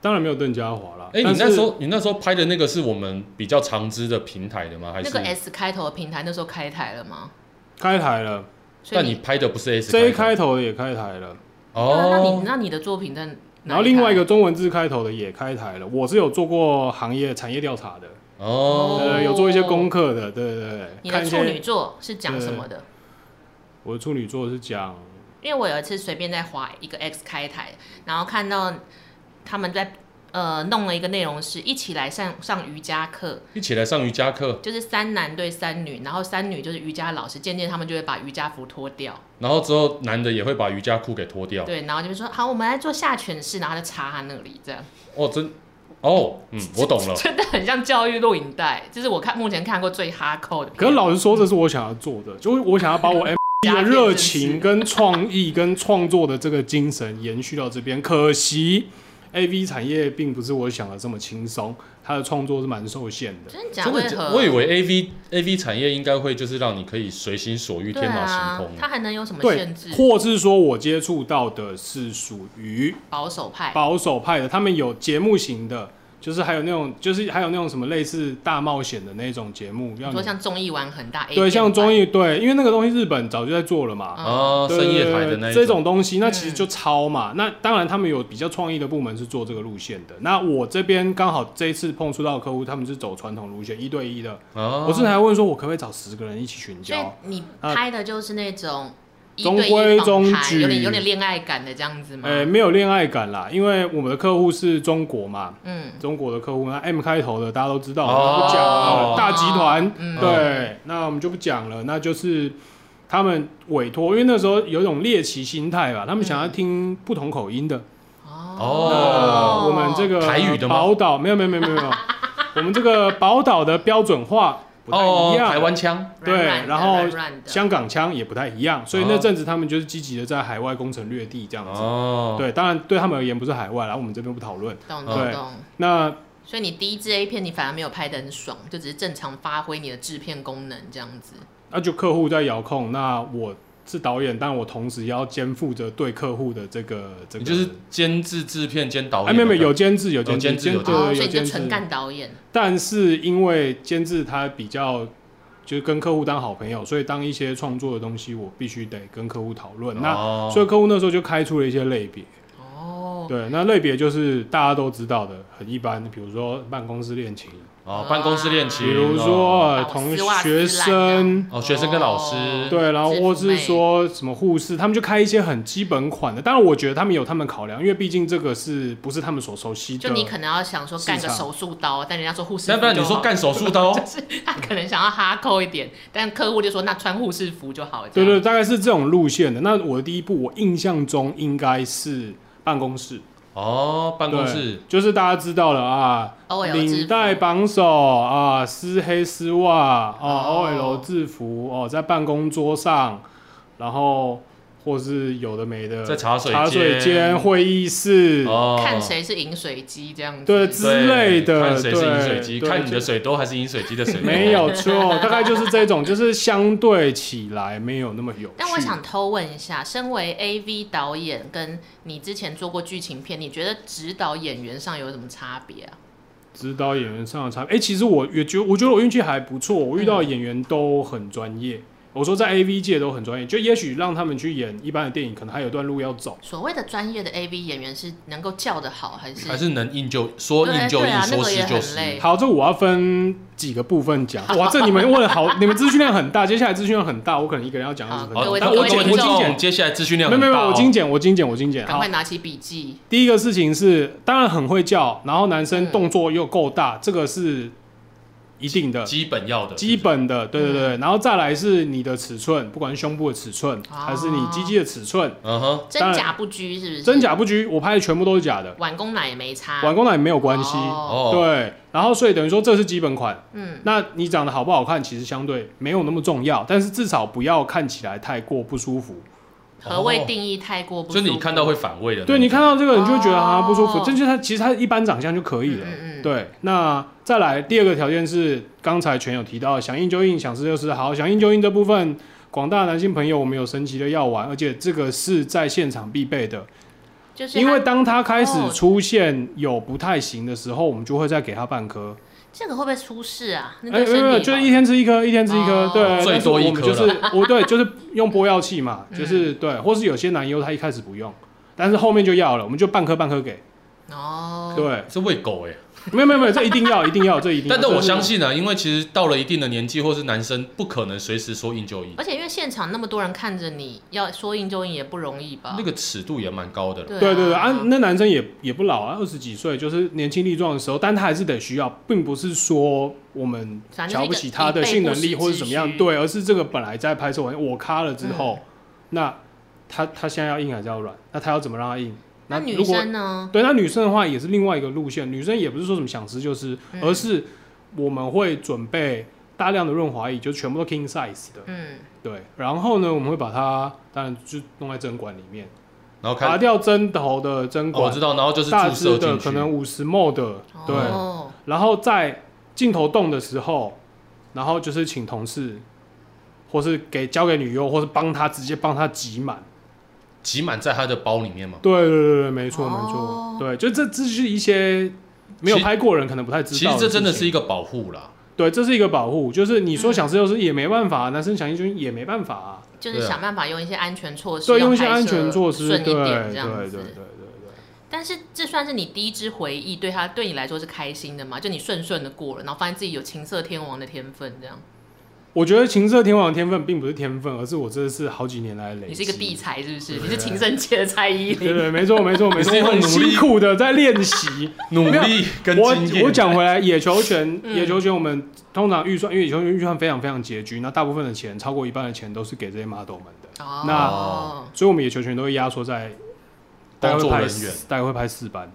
Speaker 4: 当然没有邓家华啦。
Speaker 3: 哎、
Speaker 4: 但
Speaker 3: 你
Speaker 4: 是
Speaker 3: 那时候你那时候拍的那个是我们比较常知的平台的吗？还
Speaker 2: 那
Speaker 3: 是？
Speaker 2: 个 S 开头的平台那时候开台了吗？
Speaker 4: 开台了，
Speaker 2: 所
Speaker 3: 但
Speaker 2: 以
Speaker 3: 你拍的不是 S
Speaker 4: 这一
Speaker 3: 开
Speaker 4: 开头的也开台了。
Speaker 3: 头
Speaker 2: 对啊那你
Speaker 3: 哦，
Speaker 2: 那你的作品在哪里看？
Speaker 4: 然后另外一个中文字开头的也开台了，我是有做过行业产业调查的，
Speaker 3: 哦，
Speaker 4: 呃，有做一些功课的，对对对。
Speaker 2: 你
Speaker 4: 看
Speaker 2: 的
Speaker 4: 一
Speaker 2: 处
Speaker 4: 些
Speaker 2: 女座是讲什么的？
Speaker 4: 我的处女座是讲，
Speaker 2: 因为我有一次随便在划一个 X 开台，然后看到他们在呃弄了一个内容是一起来上上瑜伽课，
Speaker 3: 一起来上瑜伽课，
Speaker 2: 就是三男对三女，然后三女就是瑜伽老师，渐渐他们就会把瑜伽服脱掉，
Speaker 3: 然后之后男的也会把瑜伽裤给脱掉。
Speaker 2: 对，然后就会说好，我们来做下犬式，然后他就插他那里 这样。
Speaker 3: 哦，真哦，嗯，我懂了。
Speaker 2: 真的很像教育录影带，这是我看目前看过最哈扣的片。
Speaker 4: 可是老实说，这是我想要做的，就是我想要把我 M 的热情、跟创意、跟创作的这个精神延续到这边。可惜 A V 产业并不是我想的这么轻松，它的创作是蛮受限的。
Speaker 2: 真的假
Speaker 3: 真的
Speaker 2: 为
Speaker 3: 假，
Speaker 2: 何？
Speaker 3: 我以为 A V A V 产业应该会就是让你可以随心所欲、
Speaker 2: 对
Speaker 3: 天马
Speaker 2: 啊
Speaker 3: 行空，
Speaker 2: 他还能有什么
Speaker 4: 对
Speaker 2: 限制，？
Speaker 4: 或是说我接触到的是属于
Speaker 2: 保守派，
Speaker 4: 保守派的，他们有节目型的，就是还有那种，就是还有那种什么类似大冒险的那种节目，
Speaker 2: 你
Speaker 4: 让你
Speaker 2: 说像综艺玩很大 A
Speaker 4: 对像综
Speaker 2: 艺
Speaker 4: 艺对，因为那个东西日本早就在做了嘛，
Speaker 3: 哦，
Speaker 4: 对
Speaker 3: 深
Speaker 4: 对
Speaker 3: 夜
Speaker 4: 对
Speaker 3: 台的那一
Speaker 4: 这
Speaker 3: 种，
Speaker 4: 种东西，那其实就抄嘛。那当然他们有比较创意的部门是做这个路线的。那我这边刚好这一次碰触到的客户，他们是走传统路线一对一的，
Speaker 3: 哦，
Speaker 4: 我甚至还问说，我可不可以找十个人一起群
Speaker 2: 所以
Speaker 4: 交？
Speaker 2: 你拍的就是那种一
Speaker 4: 中
Speaker 2: 对一
Speaker 4: 规
Speaker 2: 访
Speaker 4: 中
Speaker 2: 谈有点
Speaker 4: 矩
Speaker 2: 有点恋爱感的这样子
Speaker 3: 嗯
Speaker 2: 吗？
Speaker 4: 呃，没有恋爱感啦，因为我们的客户是中国嘛，
Speaker 2: 嗯，
Speaker 4: 中国的客户，那 M 开头的大家都知道，
Speaker 3: 哦
Speaker 4: 我们不讲了，
Speaker 3: 哦
Speaker 4: 大集团，
Speaker 2: 嗯
Speaker 4: 对，那我们就不讲了，那就是他们委托，因为那时候有一种猎奇心态吧，他们
Speaker 3: 嗯
Speaker 4: 想要听不同口音的，
Speaker 3: 哦
Speaker 4: 那呃我们这个
Speaker 3: 台语的吗
Speaker 4: 宝岛没有没有没有没有 没有，我们这个宝岛的标准化不太一
Speaker 3: 哦，
Speaker 4: 样，
Speaker 3: 台湾腔，
Speaker 2: 软
Speaker 4: 对
Speaker 2: 软的
Speaker 4: 然后
Speaker 2: 软软的，
Speaker 4: 香港腔也不太一样，所以那阵子他们就是积极的在海外攻城略地这样子，
Speaker 3: 哦，
Speaker 4: 对，当然对他们而言不是海外啦，然后我们这边不讨论，
Speaker 2: 懂
Speaker 4: 对
Speaker 2: 懂懂。
Speaker 4: 那
Speaker 2: 所以你第一支 A 片你反而没有拍的很爽，就只是正常发挥你的制片功能这样子。
Speaker 4: 那啊就客户在遥控，那我是导演，但我同时也要肩负着对客户的这个这
Speaker 3: 你
Speaker 4: 个，
Speaker 3: 就是监制、制片兼导
Speaker 4: 哎，
Speaker 3: 演，
Speaker 4: 没有没有有监制有
Speaker 3: 有
Speaker 4: 监制
Speaker 3: 监制有
Speaker 4: 对
Speaker 2: 哦，所
Speaker 4: 对有
Speaker 2: 以你就
Speaker 4: 监
Speaker 2: 纯
Speaker 4: 制，
Speaker 2: 干导演。
Speaker 4: 但是因为监制他比较。就是跟客户当好朋友，所以当一些创作的东西，我必须得跟客户讨论。那
Speaker 3: 哦
Speaker 4: 啊所以客户那时候就开出了一些类别，
Speaker 2: 哦，
Speaker 4: 对，那类别就是大家都知道的，很一般，比如说办公室恋情，
Speaker 3: 哦，办公室恋情，
Speaker 4: 比如说呃
Speaker 2: 把
Speaker 4: 同
Speaker 2: 丝袜
Speaker 4: 学
Speaker 2: 撕烂
Speaker 4: 生，
Speaker 3: 哦，学生跟老师，
Speaker 2: 哦
Speaker 4: 对，然后
Speaker 2: 制服
Speaker 4: 或是
Speaker 2: 妹
Speaker 4: 说什么护士，他们就开一些很基本款的。当然，我觉得他们有他们考量，因为毕竟这个是不是他们所熟悉的。
Speaker 2: 就你可能要想说干个手术刀，但人家说护士
Speaker 3: 那
Speaker 2: 服
Speaker 3: 不然你
Speaker 2: 就
Speaker 3: 说
Speaker 2: 好
Speaker 3: 干手术刀，
Speaker 2: 他可能想要哈扣一点，但客户就说那穿护士服就好。这
Speaker 4: 对
Speaker 2: 样
Speaker 4: 对，大概是这种路线的。那我的第一步，我印象中应该是办公室，
Speaker 3: 哦，办公室
Speaker 4: 对，就是大家知道了啊，
Speaker 2: ，OL 制
Speaker 4: 领
Speaker 2: 服
Speaker 4: 带绑手啊，丝黑丝袜啊
Speaker 2: 哦
Speaker 4: ，OL 制服哦，在办公桌上，然后或是有的没的，
Speaker 3: 在茶水
Speaker 4: 茶水间、会议室，
Speaker 3: 哦，
Speaker 2: 看谁是饮水机这样子。
Speaker 3: 对
Speaker 4: 对之类的
Speaker 3: 看谁是饮水机，
Speaker 4: 对
Speaker 3: 看你的水兜还是饮水机的水，哦
Speaker 4: 没有，错，大概就是这种，就是相对起来没有那么有趣。
Speaker 2: 但我想偷问一下，身为 AV 导演，跟你之前做过剧情片，你觉得指导演员上有什么差别啊？
Speaker 4: 指导演员上的差别，哎、其实我也觉，我觉得我运气还不错，我遇到的演员都很专业。我说在 A V 界都很专业，就也许让他们去演一般的电影，可能还有段路要走。
Speaker 2: 所谓的专业的 AV 演员是能够叫得好，还是
Speaker 3: 还是能硬就说硬就
Speaker 2: 对
Speaker 3: 硬，
Speaker 2: 啊
Speaker 3: 说湿
Speaker 2: 那个也
Speaker 3: 就
Speaker 2: 很
Speaker 3: 湿，
Speaker 2: 累
Speaker 4: 好，这我要分几个部 分讲。哇，这你们问的好，你们资讯量很大，接下来资讯量很大，我可能一个人要讲二十
Speaker 3: 哦
Speaker 4: 分
Speaker 2: 好各
Speaker 4: 钟
Speaker 2: 位。
Speaker 4: 但
Speaker 2: 各
Speaker 4: 我
Speaker 2: 位
Speaker 4: 精
Speaker 2: 听
Speaker 4: 我
Speaker 2: 众
Speaker 4: 精简，
Speaker 3: 接下来资讯量
Speaker 4: 没
Speaker 3: 很
Speaker 4: 有没有，
Speaker 3: 大哦
Speaker 4: 我精简，我精简，我精简。
Speaker 2: 赶
Speaker 4: 好
Speaker 2: 快，拿起笔记？
Speaker 4: 第一个事情是，当然很会叫，然后男
Speaker 2: 嗯
Speaker 4: 生动作又够大，这个是一定的。
Speaker 3: 基本要的，
Speaker 4: 基本的，对对对，然后再来是你的尺寸，不管是胸部的尺寸，
Speaker 2: 哦
Speaker 4: 还是你鸡鸡的尺寸，
Speaker 3: 嗯哼，
Speaker 2: 真假不拘是不是？
Speaker 4: 真假不拘，我拍的全部都是假的，
Speaker 2: 晚工奶也没差，
Speaker 4: 玩工奶没有关系，
Speaker 3: 哦，
Speaker 2: 哦
Speaker 4: 对，然后所以等于说这是基本款，
Speaker 2: 嗯，
Speaker 4: 那你长得好不好看，其实相对没有那么重要，但是至少不要看起来太过不舒服，
Speaker 2: 何谓定义太过不
Speaker 3: 哦就
Speaker 2: 舒服？
Speaker 3: 你看到会反胃的那种，
Speaker 4: 对你看到这个，你就会觉得啊
Speaker 2: 哦
Speaker 4: 不舒服，这就是他其实他一般长相就可以了
Speaker 2: 嗯嗯嗯。
Speaker 4: 对，那再来第二个条件是刚才全有提到，想硬就硬，想吃就吃。好，想硬就硬这部分，广大男性朋友，我们有神奇的药丸，而且这个是在现场必备的，
Speaker 2: 就是
Speaker 4: 因
Speaker 2: 他
Speaker 4: 为当他开始
Speaker 2: 哦
Speaker 4: 出现有不太行的时候，我们就会再给他半颗。
Speaker 2: 这个会不会出事啊？那
Speaker 4: 哎，
Speaker 2: 对身
Speaker 4: 没
Speaker 2: 体
Speaker 4: 有
Speaker 2: 好
Speaker 4: 没有，就是一天吃一颗，一天吃一颗
Speaker 2: 哦，
Speaker 4: 对，
Speaker 3: 最
Speaker 4: 但是
Speaker 3: 多一
Speaker 4: 我们
Speaker 3: 颗
Speaker 4: 就
Speaker 3: 了
Speaker 4: 是我对，就是用播药器嘛，
Speaker 2: 嗯
Speaker 4: 就是对，或是有些男优他一开始不用，但是后面就要了，我们就半颗半颗给，
Speaker 2: 哦，
Speaker 4: 对。
Speaker 3: 是喂狗哎、
Speaker 4: 没有没有没有，这一定要一定要，这一定要。
Speaker 3: 但但
Speaker 4: 这
Speaker 3: 我
Speaker 4: 是
Speaker 3: 相，信啊，因为其实到了一定的年纪，或是男生不可能随时说硬就硬，
Speaker 2: 而且因为现场那么多人看着你，要说硬就硬也不容易吧？
Speaker 3: 那个尺度也蛮高的了。
Speaker 2: 对
Speaker 4: 对对对啊
Speaker 2: 啊，，
Speaker 4: 那男生也也不老啊，二十几岁就是年轻力壮的时候，但他还是得需要，并不是说我们
Speaker 2: 反正就是
Speaker 4: 瞧不起他的
Speaker 2: 一个
Speaker 4: 性能力或者怎么
Speaker 2: 一
Speaker 4: 样，
Speaker 2: 个
Speaker 4: 对，而是这个本来在拍摄完我卡了之
Speaker 2: 嗯
Speaker 4: 后，那他他现在要硬还是要软？那他要怎么让他硬？
Speaker 2: 那女
Speaker 4: 如果
Speaker 2: 生呢？
Speaker 4: 对，那女生的话也是另外一个路线，女生也不是说什么想吃就吃，
Speaker 2: 嗯
Speaker 4: 而是我们会准备大量的润滑液，就全部都 king size 的，
Speaker 2: 嗯，
Speaker 4: 对，然后呢，我们会把它当然就弄在针管里面。
Speaker 3: 然后
Speaker 4: 拔
Speaker 3: 看，
Speaker 4: 掉针头的针
Speaker 3: 哦，我
Speaker 4: 管，
Speaker 3: 知道，然后就是
Speaker 4: 大
Speaker 3: 注
Speaker 4: 支
Speaker 3: 射
Speaker 4: 的
Speaker 3: 进去，
Speaker 4: 可能五十 ml 的，对。
Speaker 2: 哦，
Speaker 4: 然后在镜头动的时候，然后就是请同事，或是给交给女优，或是帮她直接帮她挤满。
Speaker 3: 挤满在他的包里面嘛。
Speaker 4: 对对对对，没错、
Speaker 2: 哦
Speaker 4: 没错，对，就这这是一些没有拍过的人可能不太知
Speaker 3: 其
Speaker 4: 道
Speaker 3: 实
Speaker 4: 事情。
Speaker 3: 这真的是一个保护啦。
Speaker 4: 对，这是一个保护，就是你说想吃就是也没办
Speaker 2: 嗯
Speaker 4: 法，男生想一军也没办法、啊，
Speaker 2: 就是
Speaker 3: 对啊
Speaker 2: 想办法用一些安全措施，
Speaker 4: 对，用一些
Speaker 2: 让拍
Speaker 4: 安
Speaker 2: 摄
Speaker 4: 全措施，
Speaker 2: 顺
Speaker 4: 对
Speaker 2: 一
Speaker 4: 对
Speaker 2: 点
Speaker 4: 对
Speaker 2: 这
Speaker 4: 对
Speaker 2: 样
Speaker 4: 对
Speaker 2: 子
Speaker 4: 对。对，
Speaker 2: 但是这算是你第一支回忆，对他对你来说是开心的嘛？就你顺顺的过了，然后发现自己有情色天王的天分，这样
Speaker 4: 我觉得情色天王的天分并不是天分，而是我真的是好几年来的累积。
Speaker 2: 你是一个地才是不是？你是情圣界的蔡依
Speaker 4: 对
Speaker 2: 林，
Speaker 4: 对，没错没错没
Speaker 3: 你
Speaker 4: 错，
Speaker 3: 是用
Speaker 4: 我很
Speaker 3: 努力
Speaker 4: 辛苦的在练习。
Speaker 3: 努力跟经
Speaker 4: 我我
Speaker 3: 验，
Speaker 4: 讲回来，野球权，
Speaker 2: 嗯
Speaker 4: 野球权我们通常预算，因为野球权预算非常非常拮据，那大部分的钱，超过一半的钱都是给这些 model 们的，
Speaker 2: 哦，
Speaker 4: 所以我们野球权都会压缩在大概
Speaker 3: 工
Speaker 4: 会
Speaker 3: 作
Speaker 4: 拍
Speaker 3: 人
Speaker 4: 四
Speaker 3: 员，
Speaker 4: 大概会拍四班，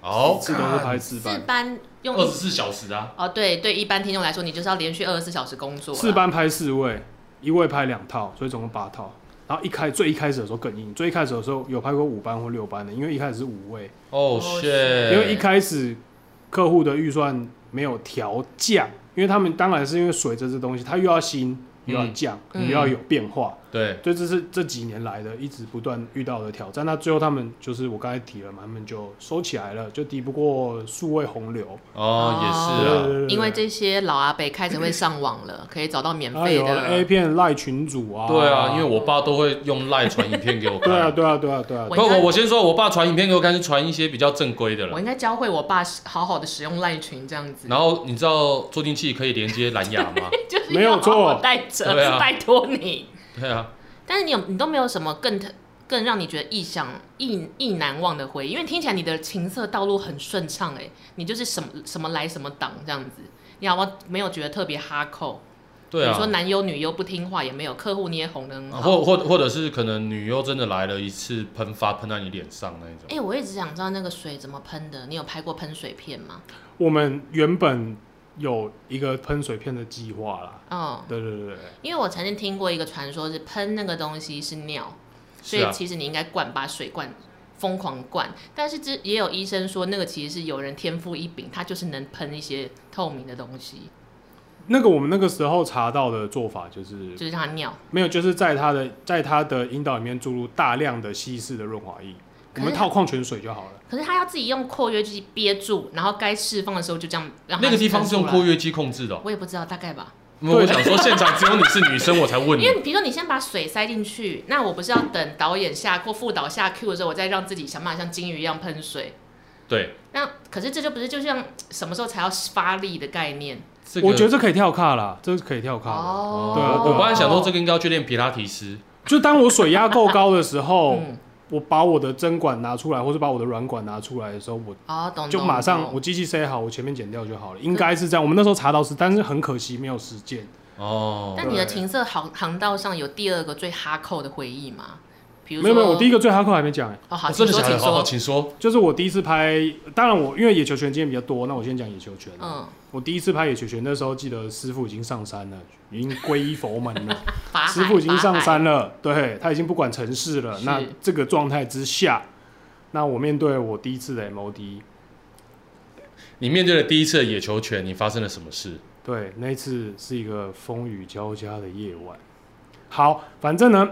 Speaker 3: 哦，
Speaker 4: 次都是拍四
Speaker 2: 四
Speaker 4: 班，
Speaker 2: 班用
Speaker 3: 二十
Speaker 2: 一
Speaker 3: 四小时啊，
Speaker 2: 哦，对对，一般听众来说，你就是要连续二十四小时工作啦，
Speaker 4: 四班拍四位，一位拍两套，所以总共八套。然后一开最一开始的时候更硬，最一开始的时候有拍过五班或六班的，因为一开始是五位，
Speaker 3: 哦
Speaker 2: Oh shit
Speaker 3: 谢，
Speaker 4: 因为一开始客户的预算没有调降，因为他们当然是因为水这这东西，它又要新又要降、
Speaker 2: 嗯
Speaker 4: 又要有变化，
Speaker 3: 对，
Speaker 4: 所以这是这几年来的一直不断遇到的挑战。那最后他们就是我刚才提了嘛，他们就收起来了，就敌不过数位洪流。
Speaker 3: 哦也是啊，
Speaker 2: 因为这些老阿伯开始会上网了，可以找到免
Speaker 4: 啊
Speaker 2: 费
Speaker 4: 有
Speaker 2: 的
Speaker 4: A 片赖群主啊，
Speaker 3: 对啊，因为我爸都会用赖传影片给我看，
Speaker 4: 对啊对啊对啊对啊，
Speaker 2: 我
Speaker 3: 不，我我先说，我爸传影片给我看是传一些比较正规的
Speaker 2: 我
Speaker 3: 了。
Speaker 2: 应该教会我爸好好的使用赖群这样子，
Speaker 3: 然后你知道助听器可以连接蓝牙吗？
Speaker 2: 就是
Speaker 4: 没有
Speaker 2: 要好好
Speaker 4: 错
Speaker 2: 带着，
Speaker 3: 对啊
Speaker 2: 拜托你。
Speaker 3: 对啊，
Speaker 2: 但是你有你都没有什么更特更让你觉得意想意意难忘的回忆，因为听起来你的情色道路很顺畅哎，你就是什么什么来什么挡这样子，你好像没有觉得特别哈扣。
Speaker 3: 对
Speaker 2: 你说
Speaker 3: 啊。
Speaker 2: 男优女优不听话也没有，客户你也哄得很
Speaker 3: 啊
Speaker 2: 好。
Speaker 3: 或或或者是可能女优真的来了一次喷发喷到你脸上那一种，
Speaker 2: 哎、我一直想知道那个水怎么喷的，你有拍过喷水片吗？
Speaker 4: 我们原本有一个喷水片的计划啦，
Speaker 2: 嗯，
Speaker 4: 对对对对。
Speaker 2: 因为我曾经听过一个传说是喷那个东西是尿，所
Speaker 3: 是
Speaker 2: 以
Speaker 3: 啊，
Speaker 2: 其实你应该灌，把水灌疯狂灌。但是这也有医生说，那个其实是有人天赋异禀，他就是能喷一些透明的东西，
Speaker 4: 那个我们那个时候查到的做法就是
Speaker 2: 就是让他尿。
Speaker 4: 没有，就是在它的在它的阴道里面注入大量的稀释的润滑液，
Speaker 2: 可
Speaker 4: 我
Speaker 2: 是
Speaker 4: 们套矿泉水就好了。
Speaker 2: 可是他要自己用括约肌憋住，然后该释放的时候就这样让它
Speaker 3: 那个地方
Speaker 2: 喷
Speaker 3: 是
Speaker 2: 出来
Speaker 3: 用括，约肌控制的哦。
Speaker 2: 我也不知道大概吧。
Speaker 3: 因为我想说，现场只有你是女生，我才问
Speaker 2: 因
Speaker 3: 你。
Speaker 2: 为比如说你先把水塞进去，那我不是要等导演下或副导下 Q 的时候，我再让自己想办法像金鱼一样喷水。
Speaker 3: 对，
Speaker 2: 那可是这就不是就像什么时候才要发力的概念
Speaker 3: 这个啊
Speaker 4: 我觉得这可以跳卡啦，这是可以跳卡的。
Speaker 2: 哦
Speaker 4: 对啊对啊
Speaker 3: 我本来想说这个应该要去练皮拉提斯，
Speaker 4: 就当我水压够高的时候，
Speaker 2: 嗯，
Speaker 4: 我把我的针管拿出来，或者把我的软管拿出来的时候，我
Speaker 2: 哦，懂，
Speaker 4: 就
Speaker 2: 懂
Speaker 4: 马上
Speaker 2: 懂
Speaker 4: 我机器塞好，我前面剪掉就好了。应该是这样。我们那时候查到是，但是很可惜没有实践。
Speaker 3: 哦，
Speaker 2: 但你的
Speaker 4: 对
Speaker 2: 情色航航道上有第二个最哈扣的回忆吗？比如
Speaker 4: 没有没有，我第一
Speaker 2: 个
Speaker 4: 个最哈扣还没讲、欸，
Speaker 2: 哦好，
Speaker 3: 我真
Speaker 2: 请
Speaker 3: 的
Speaker 2: 说
Speaker 3: 想
Speaker 2: 请
Speaker 3: 好好，
Speaker 2: 说，
Speaker 3: 请说。
Speaker 4: 就是我第一次拍，当然我因为野球拳经验比较多，那我先讲野球拳。
Speaker 2: 嗯，
Speaker 4: 我第一次拍野球拳，那时候记得师傅已经上山了，已经皈依佛门了，
Speaker 2: 法海
Speaker 4: 师傅已经上，
Speaker 2: 法海
Speaker 4: 山了，对他已经不管城市了。
Speaker 2: 是
Speaker 4: 那这个状态之下，那我面对我第一次的 MOD，
Speaker 3: 你面对了第一次的野球拳，你发生了什么事？
Speaker 4: 对，那一次是一个风雨交加的夜晚。好，反正呢，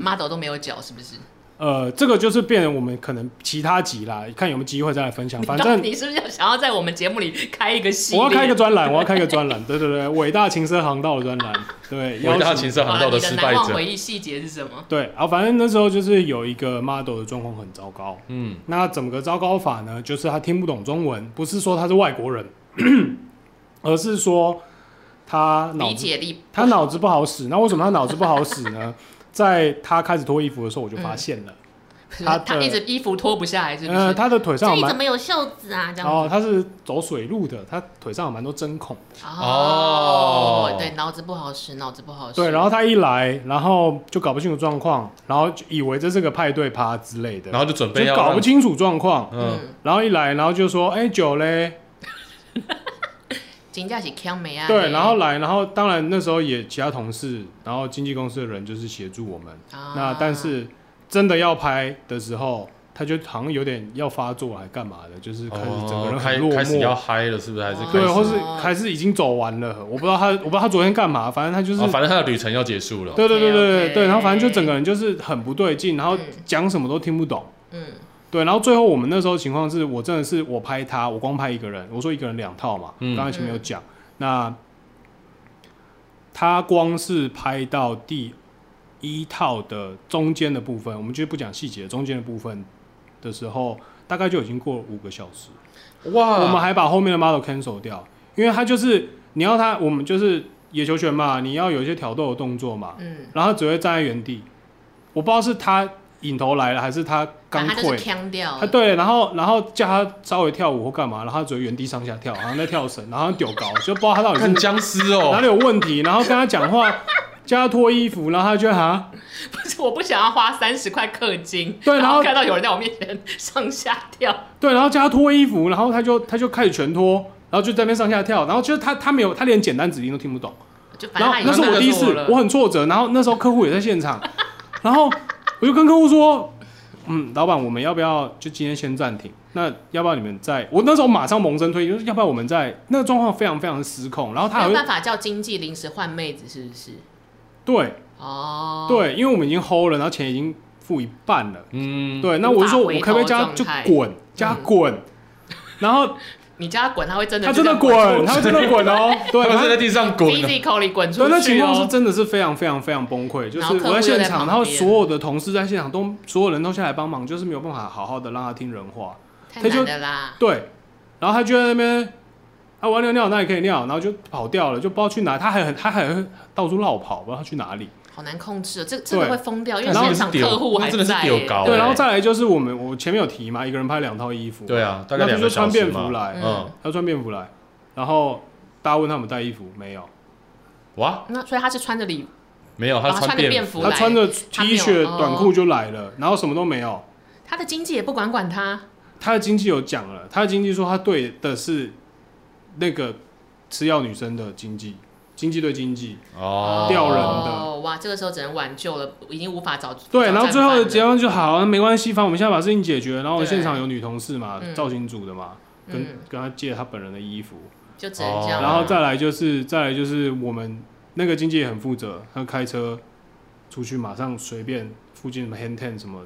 Speaker 2: model 都没有脚是不是？
Speaker 4: 呃，这个就是变成我们可能其他集啦，看有没有机会再来分享。 反正
Speaker 2: 你是不是想要在我们节目里开一个系列？
Speaker 4: 我要开一个专栏，我要开一个专栏，对对对，伟大情色航道的专栏，对，
Speaker 3: 伟大
Speaker 4: 邀请
Speaker 3: 情色
Speaker 2: 好
Speaker 3: 航
Speaker 2: 了
Speaker 3: 道
Speaker 2: 你的
Speaker 3: 失
Speaker 2: 难
Speaker 3: 败
Speaker 2: 忘
Speaker 3: 者，
Speaker 2: 回忆细节是什么？
Speaker 4: 对，啊，反正那时候就是有一个 model 的状况很糟糕。
Speaker 3: 嗯，
Speaker 4: 那怎么个糟糕法呢？就是他听不懂中文，不是说他是外国人， 而是说他脑
Speaker 2: 理
Speaker 4: 子
Speaker 2: 解力，
Speaker 4: 他脑子不好使。那为什么他脑子不好使 呢？在他开始脱衣服的时候，我就发现了，他的
Speaker 2: 他一直衣服脱不下来，嗯是不
Speaker 4: 呃，
Speaker 2: 是？
Speaker 4: 他的腿上
Speaker 2: 这
Speaker 4: 有
Speaker 2: 里怎
Speaker 4: 蛮
Speaker 2: 么有袖子啊？这样
Speaker 4: 哦，他是走水路的，他腿上有蛮多针孔。
Speaker 2: 哦
Speaker 3: 哦，
Speaker 2: 对，脑子不好使，脑子不好使。
Speaker 4: 对，然
Speaker 2: 后
Speaker 4: 后他一来，然后就搞不清楚状况，然后就以为这是个派对趴之类的，
Speaker 3: 然后就准备
Speaker 4: 就
Speaker 3: 要
Speaker 4: 搞
Speaker 3: 让
Speaker 4: 不清楚状况，
Speaker 3: 嗯，
Speaker 2: 嗯，
Speaker 4: 然后一来，然后就说：“哎、酒嘞。”
Speaker 2: 金价是 c 美啊。
Speaker 4: 对，然后来，然后当然那时候也其他同事，然后经纪公司的人就是协助我们。
Speaker 2: 啊
Speaker 4: 那但是真的要拍的时候，他就好像有点要发作还干嘛的，就是开始整个人
Speaker 3: 哦
Speaker 4: 很
Speaker 3: 开
Speaker 4: 落
Speaker 3: 开始要
Speaker 4: 寞。
Speaker 3: 嗨了，是不是？还
Speaker 2: 哦
Speaker 3: 是开
Speaker 4: 对，
Speaker 3: 始
Speaker 4: 或是还是已经走完了，我不知道他，我不知道他昨天干嘛，反正他就是，
Speaker 3: 哦反正他的旅程要结束了。
Speaker 4: 对对对对
Speaker 2: OK，OK
Speaker 4: 对，然后反正就整个人就是很不对劲，然后
Speaker 2: 嗯
Speaker 4: 讲什么都听不懂。
Speaker 2: 嗯，
Speaker 4: 对，然后最后我们那时候情况是我真的是我拍他，我光拍一个人，我说一个人两套嘛，
Speaker 3: 嗯
Speaker 4: 刚才前面有讲，那他光是拍到第一套的中间的部分，我们就不讲细节，中间的部分的时候，大概就已经过了五个小时，
Speaker 3: 哇，
Speaker 4: 我们还把后面的 model cancel 掉，因为他就是你要他，我们就是野球拳嘛，你要有一些挑逗的动作嘛，
Speaker 2: 嗯，
Speaker 4: 然后他只会站在原地，我不知道是他引头来了还是他
Speaker 2: 反
Speaker 4: 刚
Speaker 2: 正他就
Speaker 4: 退
Speaker 2: 是，腔调
Speaker 4: 啊，，对，然后然后叫他稍微跳舞或干嘛，然后他只会原地上下跳，好像在跳绳，然后好像丢高，就不知道他到底
Speaker 3: 看
Speaker 4: 是
Speaker 3: 僵尸
Speaker 4: 哪
Speaker 3: 哦，
Speaker 4: 里有问题。然后跟他讲话，叫他脱衣服，然后他就哈，
Speaker 2: 不 是我不想要花三十块氪金，
Speaker 4: 对
Speaker 2: 然
Speaker 4: 然后
Speaker 2: 看到有人在我面前上下跳，
Speaker 4: 对，然后叫他脱衣服，然后他就他就开始全脱，然后就在那边上下跳，然后就是他他没有他连简单指令都听不懂。
Speaker 2: 就反正
Speaker 4: 然后
Speaker 2: 他已
Speaker 4: 那
Speaker 2: 经
Speaker 4: 是我第一
Speaker 2: 这么
Speaker 4: 次
Speaker 2: 做，了
Speaker 4: 我很挫折。然后那时候客户也在现场， 然后我就跟客户说：“嗯，老板，我们要不要就今天先暂停？那要不要你们再……我那时候马上萌生推理，就是要不要我们在那个状况非常非常的失控。然后他
Speaker 2: 没
Speaker 4: 还
Speaker 2: 有
Speaker 4: 会
Speaker 2: 办法叫经济临时换妹子，是不是？
Speaker 4: 对
Speaker 2: 哦，，
Speaker 4: 对，因为我们已经 hold 了，然后钱已经付一半了。
Speaker 3: 嗯，
Speaker 4: 对，那
Speaker 2: 无
Speaker 4: 我
Speaker 2: 法
Speaker 4: 就说我
Speaker 2: 回
Speaker 4: 可不可以
Speaker 2: 头
Speaker 4: 叫
Speaker 2: 状
Speaker 4: 他就
Speaker 2: 态
Speaker 4: 滚，叫他滚。然后
Speaker 2: 你叫他滚，他会真的
Speaker 4: 他真的
Speaker 2: 就这样
Speaker 4: 滚，他真的滚哦，对，
Speaker 3: 他
Speaker 4: 他
Speaker 3: 们是在地上滚的，
Speaker 2: ，physical 里滚出去、
Speaker 4: 对，
Speaker 2: 哦。
Speaker 4: 那情况是真的是非常非常非常崩溃，就
Speaker 2: 然后
Speaker 4: 是
Speaker 2: 客户
Speaker 4: 我在
Speaker 2: 又
Speaker 4: 现
Speaker 2: 在
Speaker 4: 场，
Speaker 2: 旁
Speaker 4: 然后
Speaker 2: 边
Speaker 4: 所有的同事在现场都，所有人都下来帮忙，就是没有办法好好的让他听人话。
Speaker 2: 太
Speaker 4: 他就
Speaker 2: 难的啦。
Speaker 4: 对，然后他就在那边，啊，我要尿尿，那也可以尿，然后就跑掉了，就不知道去哪，他还很他还会到处绕跑，不知道他去哪里。
Speaker 2: 好难控制哦，这真的
Speaker 4: 对
Speaker 2: 会疯掉，因为
Speaker 3: 然后
Speaker 2: 现场客户还
Speaker 3: 那真的是
Speaker 2: 在耶、
Speaker 3: 丢高好
Speaker 4: 对，然后
Speaker 3: 欸
Speaker 4: 再来就是我们我前面有提嘛，一个人拍两套衣服，
Speaker 3: 对啊，大概两
Speaker 4: 那他就
Speaker 3: 个小
Speaker 4: 穿
Speaker 3: 时
Speaker 4: 便服
Speaker 3: 嘛，
Speaker 4: 来，
Speaker 3: 嗯，
Speaker 4: 他穿便服来，然后大家问他们带衣服没有，
Speaker 3: 哇，
Speaker 2: 那所以他是穿着礼，
Speaker 3: 没有，
Speaker 2: 哦他
Speaker 3: 穿
Speaker 2: 穿着
Speaker 3: 便
Speaker 2: 便
Speaker 3: 服，
Speaker 2: 服
Speaker 4: 他
Speaker 2: 来
Speaker 4: 穿着
Speaker 2: 他没
Speaker 4: T
Speaker 2: 有
Speaker 4: 恤短
Speaker 2: 哦
Speaker 4: 裤就来了，然后什么都没有。
Speaker 2: 他的经纪也不管管他，
Speaker 4: 他的经纪有讲了，他的经纪说他对的是那个吃药女生的经纪，经纪对经纪，
Speaker 3: 哦，
Speaker 4: 吊人的
Speaker 2: 哦，哇，这个时候只能挽救了，已经无法找
Speaker 4: 对，然后最后的结
Speaker 2: 果，
Speaker 4: 论就好，那没关系，反正我们现在把事情解决。然后
Speaker 2: 对
Speaker 4: 现场有女同事嘛，
Speaker 2: 嗯
Speaker 4: 造型组的嘛，跟、
Speaker 2: 嗯，
Speaker 4: 跟他借他本人的衣服，
Speaker 2: 就只能这样。
Speaker 3: 嗯
Speaker 4: 然后再来就是再来就是我们那个经纪也很负责，他开车出去马上随便附近什么 hand ten 什么，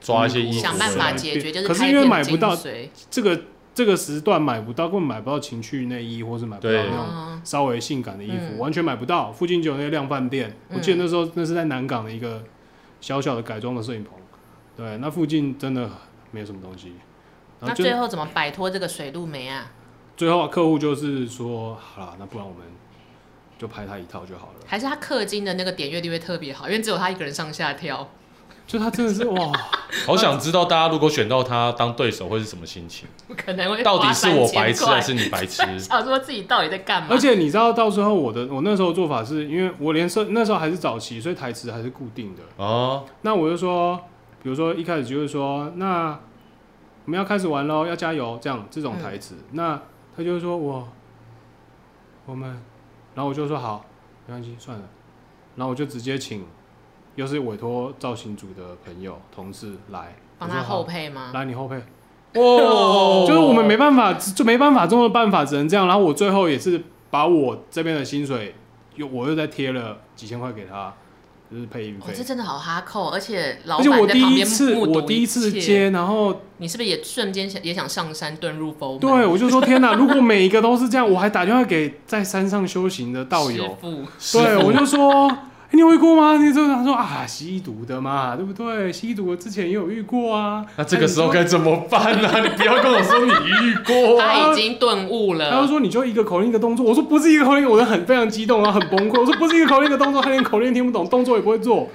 Speaker 3: 抓一些衣服，
Speaker 2: 想办法解决，就是
Speaker 4: 可是
Speaker 2: 拍
Speaker 4: 因为
Speaker 2: 片
Speaker 4: 买不
Speaker 2: 精
Speaker 4: 到
Speaker 2: 髓
Speaker 4: 这个这个时段买不到，根本买不到情趣内衣或是买不到
Speaker 3: 对哦
Speaker 4: 那种
Speaker 2: 嗯
Speaker 4: 稍微性感的衣服，
Speaker 2: 嗯
Speaker 4: 完全买不到。附近就有那个量贩店，
Speaker 2: 嗯
Speaker 4: 我记得那时候那是在南港的一个小小的改装的摄影棚，对，那附近真的没有什么东西。
Speaker 2: 那
Speaker 4: 然后就
Speaker 2: 最后怎么摆脱这个水路梅啊？
Speaker 4: 最后客户就是说，好啦，那不然我们就拍他一套就好了。
Speaker 2: 还是他氪金的那个点阅率会特别好，因为只有他一个人上下跳。
Speaker 4: 就他真的是哇，
Speaker 3: 好想知道大家如果选到他当对手会是什么心情？
Speaker 2: 不可能会
Speaker 3: 到底
Speaker 2: 花
Speaker 3: 是我
Speaker 2: 3000
Speaker 3: 白痴
Speaker 2: 块
Speaker 3: 还是你白痴？
Speaker 2: 想说自己到底在干嘛？
Speaker 4: 而且你知道到最后我的我那时候做法是因为我连摄那时候还是早期，所以台词还是固定的。
Speaker 3: 哦，
Speaker 4: 那我就说，比如说一开始就是说，那我们要开始玩喽，要加油，这样这
Speaker 2: 嗯
Speaker 4: 种台词。那他就会说我我们，然后我就说好，没关系，算了。然后我就直接请，又是委托造型组的朋友同事来
Speaker 2: 帮
Speaker 4: 我
Speaker 2: 他
Speaker 4: 说好
Speaker 2: 后配吗？
Speaker 4: 来你后配，
Speaker 3: 哦，
Speaker 4: 就是我们没办法，就没办法，中的办法只能这样。然后我最后也是把我这边的薪水又我又再贴了几千块给他，就是配音
Speaker 2: 哦
Speaker 4: 费，。
Speaker 2: 这真的好哈扣，而且老
Speaker 4: 而且我
Speaker 2: 板在
Speaker 4: 第
Speaker 2: 旁
Speaker 4: 一
Speaker 2: 边
Speaker 4: 次，
Speaker 2: 目睹
Speaker 4: 我第一次
Speaker 2: 切，
Speaker 4: 接，然后
Speaker 2: 你是不是也瞬间想也想上山遁入佛门？
Speaker 4: 对我就说天哪，如果每一个都是这样，我还打电话给在山上修行的道
Speaker 2: 师
Speaker 4: 友，
Speaker 2: 傅，
Speaker 3: 师
Speaker 4: 对
Speaker 3: 傅
Speaker 4: 我就说。欸、你有遇过吗？你就他说啊，吸毒的嘛，对不对？吸毒的之前也有遇过啊。
Speaker 3: 那这个时候该
Speaker 4: 跟
Speaker 3: 怎么办呢、你不要跟我说你 遇过啊！
Speaker 2: 他已经顿悟
Speaker 4: 啊他就
Speaker 2: 了。
Speaker 4: 说你就一个口令一个动作，我说不是一个口令，我就很非常激动，然后很崩溃。我说不是一个口令一个动作，他连口令听不懂，动作也不会做，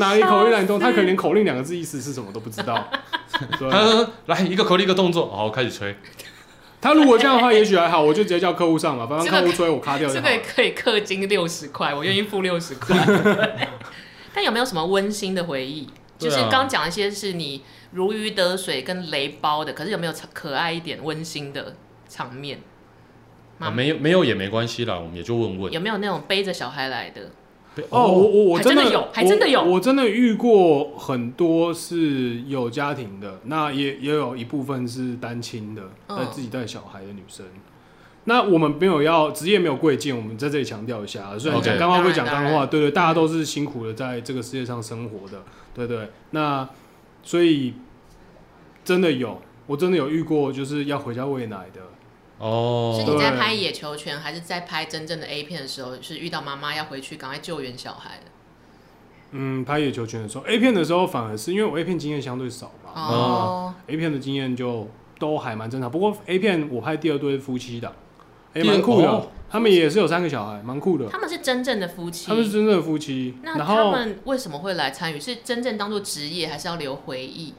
Speaker 4: 哪里
Speaker 2: 哦
Speaker 4: 口令哪里动，他可能连口令两个字意思是什么都不知 道。对
Speaker 3: 他说：“来一个口令，一个动作，好，开始吹。
Speaker 4: 他如果这样的话，也许还好，我就直接叫客户上嘛，反正
Speaker 2: 这个
Speaker 4: 客户催我卡掉就
Speaker 2: 这
Speaker 4: 好
Speaker 2: 个
Speaker 4: 了
Speaker 2: 也。可以氪金六十块，我愿意付六十 块。 但有没有什么温馨的回忆？就
Speaker 3: 对啊
Speaker 2: 是刚讲一些是你如鱼得水跟雷包的，可是有没有可爱一点、温馨的场面？
Speaker 3: 啊，没有没有也没关系啦，我们也就问问。
Speaker 2: 有没有那种背着小孩来的？
Speaker 4: 哦，我我我
Speaker 2: 还
Speaker 4: 真
Speaker 2: 真的
Speaker 4: 的
Speaker 2: 有还真的有
Speaker 4: 我，我真的遇过很多是有家庭的，那也也有一部分是单亲的，
Speaker 2: 嗯
Speaker 4: 带自己带小孩的女生。那我们没有要职业没有贵贱，我们在这里强调一下，虽然
Speaker 3: OK
Speaker 4: 讲干话归讲
Speaker 2: 当然
Speaker 4: 干话，对对，大家都是辛苦的在这个世界上生活的，对对。那所以真的有，我真的有遇过，就是要回家喂奶的。
Speaker 2: 是
Speaker 3: 哦，
Speaker 2: 你在拍野球拳，还是在拍真正的 A 片的时候，是遇到妈妈要回去赶快救援小孩的？
Speaker 4: 嗯，拍野球拳的时候，A 片的时候反而是因为我 A 片经验相对少嘛、
Speaker 2: 哦，
Speaker 4: a 片的经验就都还蛮正常。不过 A 片我拍第二对是夫妻档，哎、
Speaker 3: 第二
Speaker 4: 蛮酷的、
Speaker 3: 哦
Speaker 4: 他们也是有三个小孩，蛮酷的。
Speaker 2: 他们是真正的夫妻
Speaker 4: 他，们是真正的夫妻，
Speaker 2: 那
Speaker 4: 然
Speaker 2: 他
Speaker 4: 后
Speaker 2: 们为什么会来参与？是真正当做职业，还是要留回忆？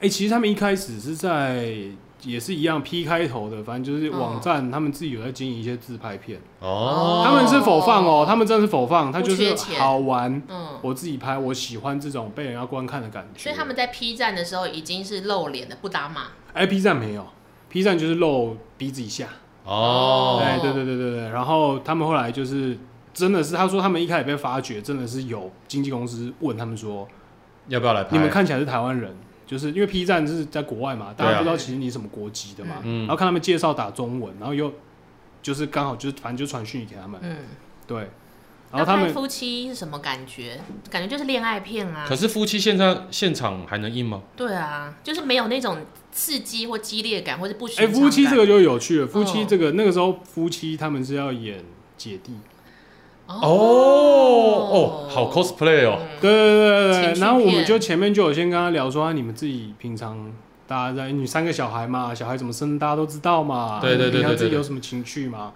Speaker 4: 哎、其实他们一开始是在也是一样 P 开头的，反正就是
Speaker 2: 嗯
Speaker 4: 网站，他们自己有在经营一些自拍片，
Speaker 3: 哦，
Speaker 4: 他们是否放哦，他们真的是否放，他就
Speaker 2: 不缺
Speaker 4: 是
Speaker 2: 钱
Speaker 4: 好玩，
Speaker 2: 嗯，
Speaker 4: 我自己拍，我喜欢这种被人家观看的感觉。
Speaker 2: 所以他们在 P 站的时候已经是露脸的，不打码。
Speaker 4: 哎、p 站没有，P 站就是露鼻子以下，
Speaker 3: 哦，
Speaker 4: 哎、对对对对对，然后他们后来就是真的是他说他们一开始被发掘，真的是有经纪公司问他们说，
Speaker 3: 要不要来拍？
Speaker 4: 你们看起来是台湾人，就是因为 P 站是在国外嘛，大
Speaker 3: 对
Speaker 4: 家
Speaker 3: 啊
Speaker 4: 不知道其实你什么国籍的嘛，
Speaker 3: 嗯
Speaker 4: 然后看他们介绍打中文，然后又就是刚好就是反正就传讯给他们，
Speaker 2: 嗯，
Speaker 4: 对，然
Speaker 2: 那
Speaker 4: 后他
Speaker 2: 拍
Speaker 4: 们
Speaker 2: 夫妻是什么感觉？感觉就是恋爱片啊
Speaker 3: 可。是夫妻现在现场还能硬吗？
Speaker 2: 对啊，就是没有那种刺激或激烈感，或是不寻
Speaker 4: 哎、
Speaker 2: 常感。
Speaker 4: 夫妻这个就有趣了，夫
Speaker 2: 嗯
Speaker 4: 妻这个、那个时候夫妻他们是要演姐弟，
Speaker 3: 哦哦，好 cosplay 哦，
Speaker 4: 对对对对
Speaker 2: 情
Speaker 4: 对，
Speaker 2: 绪
Speaker 4: 然后我们
Speaker 2: 片
Speaker 4: 就前面就有先跟他聊说，啊、你们自己平常大家在你三个小孩嘛，小孩怎么生大家都知道嘛，
Speaker 3: 对对对对
Speaker 4: 平常自
Speaker 3: 对
Speaker 4: 己
Speaker 3: 对
Speaker 4: 有什么情趣嘛，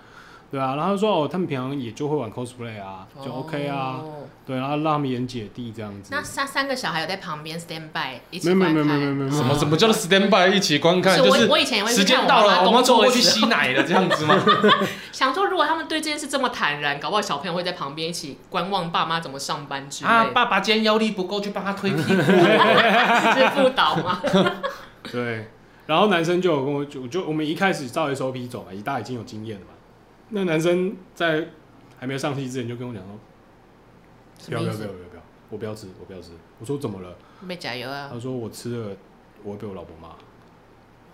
Speaker 4: 对啊，然后他说哦，他们平常也就会玩 cosplay 啊，就 OK 啊，
Speaker 2: 哦
Speaker 4: 对，然后让他们演姐弟这样子
Speaker 2: 那，三三个小孩有在旁边 stand by 一起
Speaker 4: 没有没
Speaker 2: 观
Speaker 4: 有没
Speaker 2: 看
Speaker 4: 有
Speaker 2: 啊
Speaker 4: 没有没有没有
Speaker 3: 什么什么叫做 stand by 一起观看？
Speaker 2: 嗯是
Speaker 3: 就
Speaker 2: 我
Speaker 3: 是
Speaker 2: 哎我以前也会去
Speaker 3: 时间
Speaker 2: 看
Speaker 3: 到了，我
Speaker 2: 我妈
Speaker 3: 们冲
Speaker 2: 工作
Speaker 3: 过
Speaker 2: 的
Speaker 3: 去
Speaker 2: 时
Speaker 3: 吸奶了，这样子 吗？
Speaker 2: 想说，如果他们对这件事这么坦然，搞不好小朋友会在旁边一起观望爸妈怎么上班之类
Speaker 3: 啊，
Speaker 2: 的，
Speaker 3: 爸爸今天腰力不够，去帮他推屁股。
Speaker 2: 是辅导吗？
Speaker 4: 对，然后男生就有跟我就我就我们一开始照 SOP 走嘛，以大已经有经验了嘛，那男生在还没有上戏之前就跟我讲说，不要不要不要不要不要，我不要吃我不要吃，我说怎么了？
Speaker 2: 没加油啊！
Speaker 4: 他说我吃了我会被我老婆骂。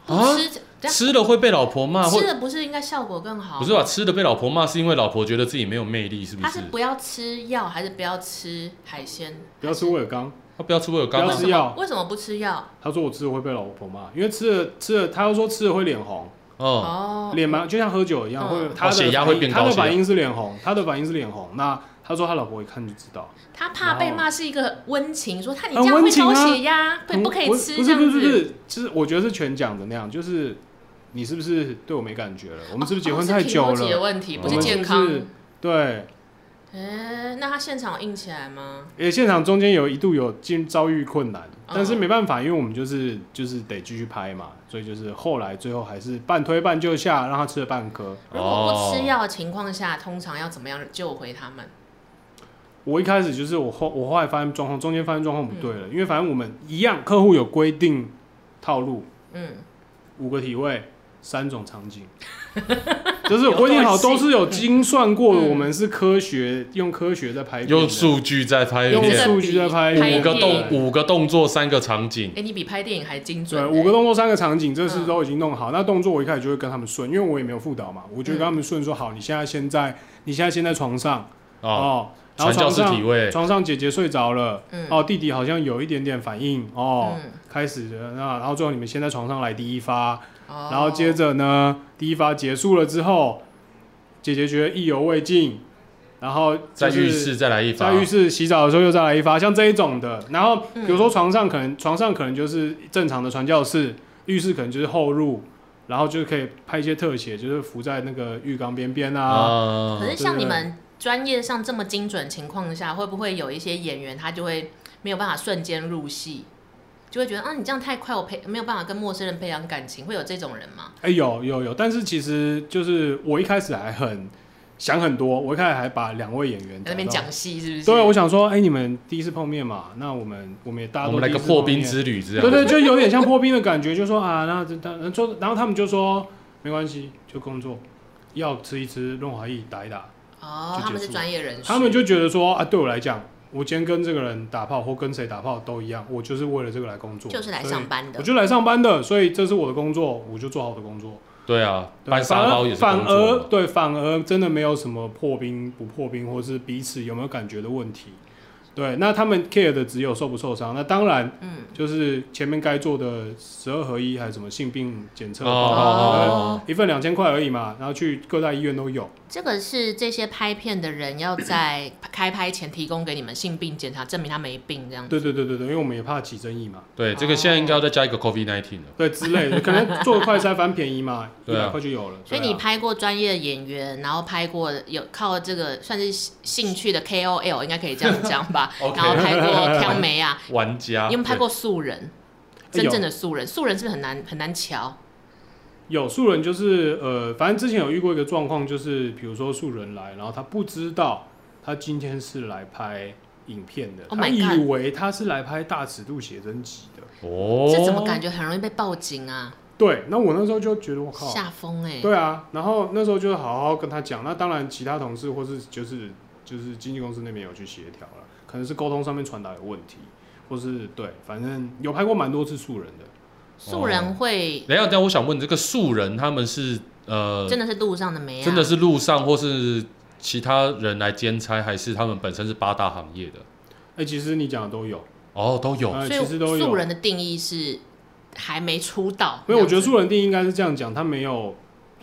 Speaker 2: 不吃，这样
Speaker 3: 吃了会被老婆骂，啊或
Speaker 2: 吃的不是应哦该效果更好？
Speaker 3: 不是吧？啊吃了被老婆骂是因为老婆觉得自己没有魅力，是不
Speaker 2: 他
Speaker 3: 是
Speaker 2: 是？不要吃药，还是不要吃海鲜？
Speaker 4: 不要吃威尔刚。
Speaker 3: 他不要吃威尔
Speaker 4: 不
Speaker 3: 刚
Speaker 4: 要
Speaker 3: 啊
Speaker 2: 为
Speaker 4: 吃
Speaker 2: 什么
Speaker 4: 药？
Speaker 2: 为什么不吃药？
Speaker 4: 他说我吃了会被老婆骂，因为吃了吃了，他又说吃了会脸红，
Speaker 3: 哦，
Speaker 2: 哦，
Speaker 4: 脸麻就像喝酒一样，
Speaker 2: 嗯
Speaker 4: 会他
Speaker 3: 哦
Speaker 4: 的
Speaker 3: 血压
Speaker 4: 反
Speaker 3: 会变
Speaker 4: 应
Speaker 3: 高
Speaker 4: 他的
Speaker 3: 血压
Speaker 4: 反应是脸红，他的反应是脸红。那他说他老婆一看就知道，
Speaker 2: 他怕被骂是一个温情，说他你这
Speaker 4: 很
Speaker 2: 样会
Speaker 4: 温情
Speaker 2: 高
Speaker 4: 啊
Speaker 2: 血压，对，
Speaker 4: 嗯
Speaker 2: 不可以
Speaker 4: 我
Speaker 2: 吃
Speaker 4: 不
Speaker 2: 这
Speaker 4: 是
Speaker 2: 样
Speaker 4: 不是不
Speaker 2: 子。
Speaker 4: 是，就是我觉得是全讲的那样，就是你是不是对我没感觉了？我
Speaker 2: 我
Speaker 4: 们是不是结婚太久
Speaker 2: 的
Speaker 4: 了？
Speaker 2: 问题不
Speaker 4: 我
Speaker 2: 哦是
Speaker 4: 们
Speaker 2: 健康
Speaker 4: 是。不是对，
Speaker 2: 哎，那他现场有硬起来吗？
Speaker 4: 也现场中间有一度有经遭遇困难，
Speaker 2: 嗯
Speaker 4: 但是没办法，因为我们就是就是得继续拍嘛，所以就是后来最后还是半推半就下，让他吃了半颗。
Speaker 2: 如果不吃药的情况下，通常要怎么样救回他们？
Speaker 4: 我一开始就是我后我后来发现状况，中间发现状况不对
Speaker 2: 嗯
Speaker 4: 了，因为反正我们一样，客户有规定套路，
Speaker 2: 嗯，
Speaker 3: 哦
Speaker 4: 五个体位，三种 场景，就是有规定好，都是有精算过的，
Speaker 2: 嗯
Speaker 4: 我们是科学用科学在拍片的，
Speaker 3: 用数据在拍
Speaker 4: 用
Speaker 3: 片，
Speaker 4: 数据在拍
Speaker 2: 拍
Speaker 4: 片
Speaker 3: 五个
Speaker 2: 片
Speaker 3: 动五个动作三个场景，
Speaker 2: 哎，你比拍电影还精准
Speaker 4: 对，
Speaker 2: 欸。
Speaker 4: 五个动作三个场景，这次
Speaker 2: 嗯
Speaker 4: 都已经弄好。那动作我一开始就会跟他们顺，因为我也没有辅导嘛，我就跟他们顺说好，你现在先在，你现在先在床上
Speaker 3: 啊，
Speaker 4: 哦，然后
Speaker 3: 传教
Speaker 4: 床
Speaker 3: 士体
Speaker 4: 上
Speaker 3: 位，
Speaker 4: 床上姐姐睡着了，
Speaker 2: 嗯
Speaker 4: 哦，弟弟好像有一点点反应哦，
Speaker 2: 嗯
Speaker 4: 开始了那然后最后你们先在床上来第一发，
Speaker 2: 哦
Speaker 4: 然后接着呢，第一发结束了之后，姐姐觉得意犹未尽，然后
Speaker 3: 在
Speaker 4: 就
Speaker 3: 浴
Speaker 4: 是。
Speaker 3: 室再来一发
Speaker 4: 在，浴室洗澡的时候又再来一发，像这一种的。然后
Speaker 2: 嗯
Speaker 4: 比如说床上可能、床上可能就是正常的传教士，浴室可能就是后入，然后就可以拍一些特写，就是浮在那个浴缸边边啊。
Speaker 3: 啊
Speaker 2: 可是像你们专业上这么精准情况下，会不会有一些演员他就会没有办法瞬间入戏，就会觉得啊你这样太快，我培没有办法跟陌生人培养感情，会有这种人吗？
Speaker 4: 哎、有有有，但是其实就是我一开始还很想很多，我一开始还把两位演员
Speaker 2: 在那边
Speaker 4: 找到。
Speaker 2: 讲戏是不是？
Speaker 4: 对，我想说，哎、你们第一次碰面嘛，那我们我们也大家
Speaker 3: 我
Speaker 4: 都
Speaker 3: 们来
Speaker 4: 第一
Speaker 3: 个
Speaker 4: 次
Speaker 3: 破
Speaker 4: 碰面
Speaker 3: 冰之旅这
Speaker 4: 啊对
Speaker 3: 样，
Speaker 4: 对，就有点像破冰的感觉，就说啊，那这那就然后他们就说没关系，就工作，药吃一吃，润滑液打一打。
Speaker 2: 哦
Speaker 4: 就结束，
Speaker 2: 他们是专业人士，
Speaker 4: 他们就觉得说啊，对我来讲，我今天跟这个人打炮或跟谁打炮都一样，我就是为了这个来工作，
Speaker 2: 就是来
Speaker 4: 所以
Speaker 2: 上班的
Speaker 4: 我。就来上班的，所以这是我的工作，我就做好我的工作。
Speaker 3: 对啊，
Speaker 4: 对
Speaker 3: 搬沙包也是
Speaker 4: 反
Speaker 3: 工
Speaker 4: 而反而
Speaker 3: 作嘛，
Speaker 4: 对，反而真的没有什么破冰不破冰，或是彼此有没有感觉的问题。对，那他们 care 的只有受不受伤，那当然
Speaker 2: 嗯，
Speaker 4: 就是前面该做的十二合一还是什么性病检测，
Speaker 3: 哦
Speaker 2: 哦
Speaker 4: 一份两千块而已嘛，然后去各大医院都有。
Speaker 2: 这个是这些拍片的人要在开拍前提供给你们性病检查，证明他没病这样。
Speaker 4: 对对对对对，因为我们也怕起争议嘛，
Speaker 3: 对，这个现在应该要再加一个 COVID nineteen 了。
Speaker 4: 对之类的，可能做快筛反便宜嘛，一
Speaker 3: 对啊。
Speaker 4: 百块就有了。
Speaker 2: 所以
Speaker 4: 对啊
Speaker 2: 你拍过专业的演员，然后拍过有靠这个算是兴趣的 KOL，应该可以这样讲吧
Speaker 3: OK
Speaker 2: 然后拍过挑眉啊，
Speaker 3: 玩家，
Speaker 2: 你有没有拍过素人？
Speaker 4: 对
Speaker 2: 真正的素人，素人是不是很难很难瞧？
Speaker 4: 有素人就是呃，反正之前有遇过一个状况，就是比如说素人来，然后他不知道他今天是来拍影片的
Speaker 2: Oh
Speaker 4: 他
Speaker 2: my
Speaker 4: 以
Speaker 2: God
Speaker 4: 为他是来拍大尺度写真集的。
Speaker 3: 对哦，
Speaker 2: 这怎么感觉很容易被报警啊？
Speaker 4: 对，那我那时候就觉得我靠，
Speaker 2: 吓疯哎！
Speaker 4: 对啊，然后那时候就好好跟他讲。那当然，其他同事或是就是就是经纪公司那边有去协调了，可能是沟通上面传达有问题，或是对，反正有拍过蛮多次素人的。
Speaker 2: 素人会
Speaker 3: 等一下，等一下，我想问这个素人他们是呃，
Speaker 2: 真的是路上的没啊？
Speaker 3: 真的是路上或是其他人来兼差，还是他们本身是八大行业的？
Speaker 4: 哎、其实你讲的都有，
Speaker 3: 哦，都有。
Speaker 4: 呃，
Speaker 2: 所
Speaker 4: 其
Speaker 2: 以
Speaker 4: 实都有。
Speaker 2: 素人的定义是还没出道。
Speaker 4: 没有，我觉得
Speaker 2: 这样
Speaker 4: 素人定义应该是这样讲，他没有